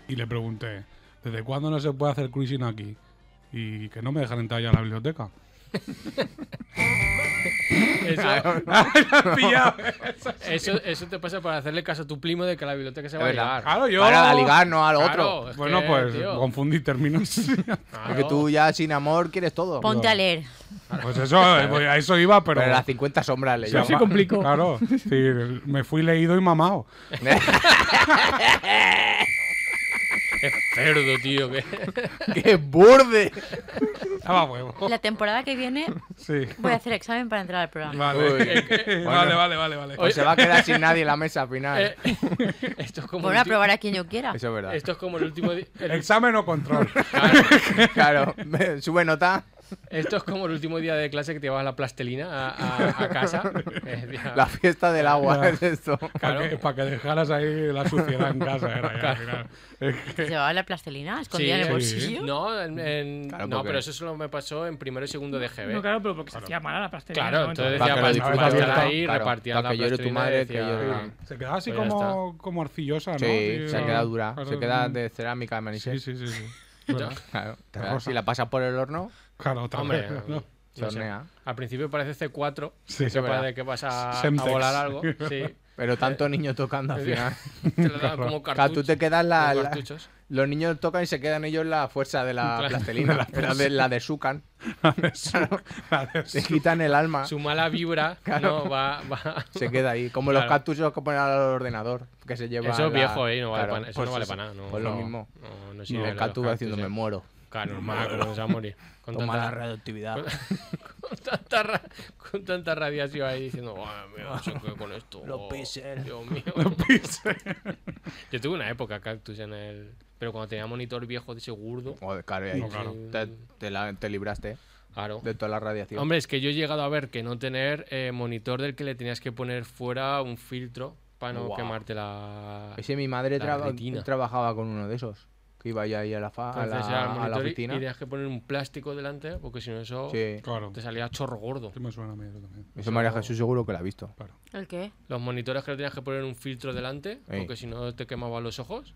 le pregunté, ¿desde cuándo no se puede hacer cruising aquí? Y que no me dejan entrar ya a la biblioteca. <laughs> Eso, has pillado. Eso sí. eso, eso te pasa para hacerle caso a tu primo de que la biblioteca se Es va a verdad. ligar. Claro, yo- Para ligar, no al Claro, otro. es Bueno, que, pues tío, <laughs> confundí términos. Porque tú ya sin amor quieres todo. Ponte a leer. Pues eso, eh, voy- a eso iba, pero. Pero las 50 sombras le llama- llaman. <laughs> Claro, sí, me fui leído y mamado. Es cerdo, tío. Que... <laughs> ¡Qué burde! Daba Ah, huevo. La temporada que viene Sí. voy a hacer examen para entrar al <laughs> programa. Vale. Uy. <laughs> Vale, Bueno. vale, vale, vale. Pues se va a quedar sin nadie en la mesa al final. Eh, <laughs> esto es como Bueno, el a ulti- probar a quien yo quiera. Eso es verdad. Esto es como el último di- el- Examen o <laughs> control. Claro, me- sube nota. Esto es como el último día de clase que te llevas la plastelina a, a- a <laughs> casa. Eh, ya. La fiesta del agua Ya. es <laughs> esto. <laughs> Para, que, pa' que dejaras ahí la suciedad en casa. Era, ya, al final. ¿Se llevaba la plastelina escondida en el Sí. bolsillo? No, en- en- Claro, no porque- pero eso solo me pasó en primero y segundo de GB. No, claro, pero porque se hacía mala la pastelería. Claro, en ese entonces momento. ya que lo para disfrutes para estar bien. ahí Claro, repartían para la que llore tu plastilina y madre, que decía- llore. Se quedaba así Pues ya como, como arcillosa, ¿no? Sí, se queda dura. Se claro. queda de cerámica de Sí, Manises. sí, sí. sí. Ya. Claro. Terrosa. Si la pasas por el horno, Claro, otra Hombre, vez, <laughs> ¿no? no se sé. hornea. al principio parece C4, Sí, que es verdad. parece que vas a, a Semtex. volar <laughs> algo. Sí. Pero tanto niño tocando al eh, <laughs> final. Te lo dan como Claro, tú cartuchos. te quedas la, como la- cartuchos. Los niños tocan y se quedan ellos la fuerza de la Claro. plastelina. <laughs> La la, de, la <laughs> de Sukan. La de Te su- quitan el alma. Su mala vibra <laughs> Claro. no va, va- Se queda ahí. Como los Claro. cartuchos que ponen al ordenador. Que se lleva Eso es la- viejo, eh, no vale Claro, pa- eso pues no vale eso, para nada. No, pues lo no, mismo. No, no Y sirve el los cartucho cartuchos, diciendo, eh. me muero. <laughs> Claro, normal, como se va a morir. Con Toma la tanta, radioactividad. con tanta ra- con tanta radiación ahí diciendo, "Buah, me choqué con esto. <laughs> Los oh, píxeles. Dios <laughs> mío. Yo tuve una época cactus en el. Pero cuando tenía monitor viejo de ese gordo. Joder, claro, y ahí No, claro. Te, te la- te libraste eh, Claro. de toda la radiación. Hombre, es que yo he llegado a ver que no tener eh, monitor del que le tenías que poner fuera un filtro para no Guau. quemarte la. Ese mi madre La traba- retina. trabajaba con uno de esos. Que iba ya ahí a la, fa- a la, Entonces era el a la monitor y- oficina. y tenías que poner un plástico delante porque si no eso Sí. Claro. te salía chorro gordo. Sí me suena a mí eso también. Eso María Jesús seguro que la ha visto. ¿El qué? Los monitores que le tenías que poner un filtro delante Ey. porque si no te quemaba los ojos.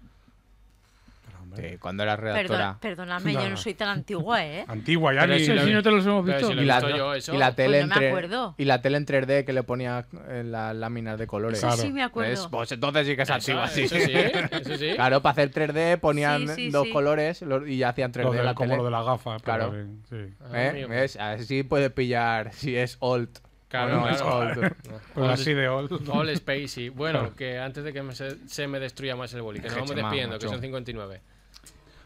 Sí, cuando era redactora. Perdón, perdóname, yo No. no soy tan antigua, <laughs> ¿eh? Antigua, ya Pero ni... si lo- Sí, no te los hemos pero visto. si lo y, he la, visto yo, eso. y la tele Pues no en me 3D acuerdo. y la tele en 3D que le ponía en las láminas de colores. Eso sí me ¿Ves? acuerdo. Pues entonces sí que es antigua, Ah, sí. Eso sí, eso sí. <laughs> Claro, para hacer 3D ponían Sí, sí, dos sí. colores lo- y ya hacían 3D lo de- la como tele. lo de las gafas. pero Claro. Sí. sí. Ah, ¿Eh? amigo. ¿Ves? Así puedes pillar si es old. Claro, o no claro. es old. <laughs> Pues All así de old. All Spacey. Bueno, que antes de que me se, se me destruya más el boli, que nos vamos Jeche, mamá, despidiendo, que macho. son 59.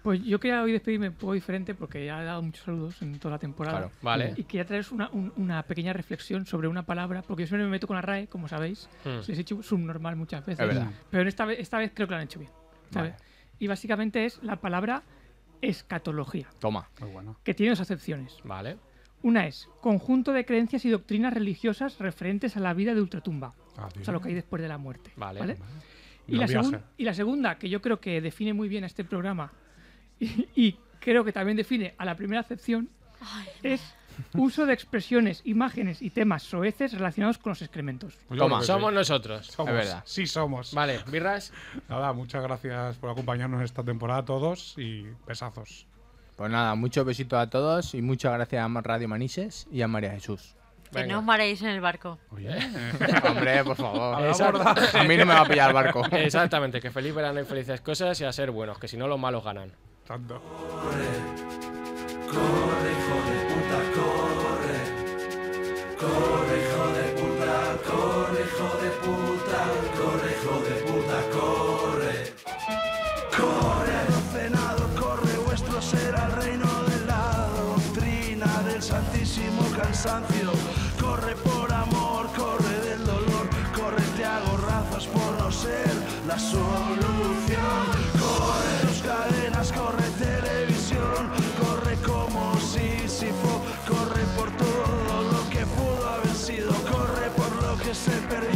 Pues yo quería hoy despedirme un poco diferente porque ya he dado muchos saludos en toda la temporada. Claro. Vale. Y quería traeros una, un- una pequeña reflexión sobre una palabra, porque yo siempre me meto con la RAE, como sabéis. Hmm. Les he hecho subnormal muchas veces. Es verdad. Pero en esta, ve- esta vez creo que lo han hecho bien. ¿sabes? Y básicamente es la palabra escatología, Toma. Muy bueno. que tiene dos acepciones. Vale. Una es conjunto de creencias y doctrinas religiosas referentes a la vida de ultratumba, Ah, o tío. sea, lo que hay después de la muerte. Vale. Vale. Y, No la viaja. segun- y la segunda, que yo creo que define muy bien a este programa y, y creo que también define a la primera acepción, es uso de expresiones, imágenes y temas soeces relacionados con los excrementos. Pues yo Toma. creo que Somos sí. nosotros. Somos, Es verdad. Sí somos. Vale, birras. Nada, muchas gracias por acompañarnos esta temporada a todos y besazos. Pues nada, muchos besitos a todos y muchas gracias a Radio Manises y a <laughs> María Jesús. Que Venga. no os mareéis en el barco. Hombre, por favor. Exacto. A mí no me va a pillar <laughs> el barco. Exactamente, que feliz verano y felices cosas y a ser buenos, que si no los malos ganan. Tanto. Corre, hijo de puta, corre. Corre, hijo de puta, corre, hijo de puta, corre, hijo de puta, corre. Corre al Senado, corre, vuestro será el reino de la doctrina del santísimo cansancio. Corre por amor, corre del dolor, corre, te hago razas por no ser la solución. Corre tus cadenas, corre televisión, corre como Sísifo, corre por todo lo que pudo haber sido, corre por lo que se perdió.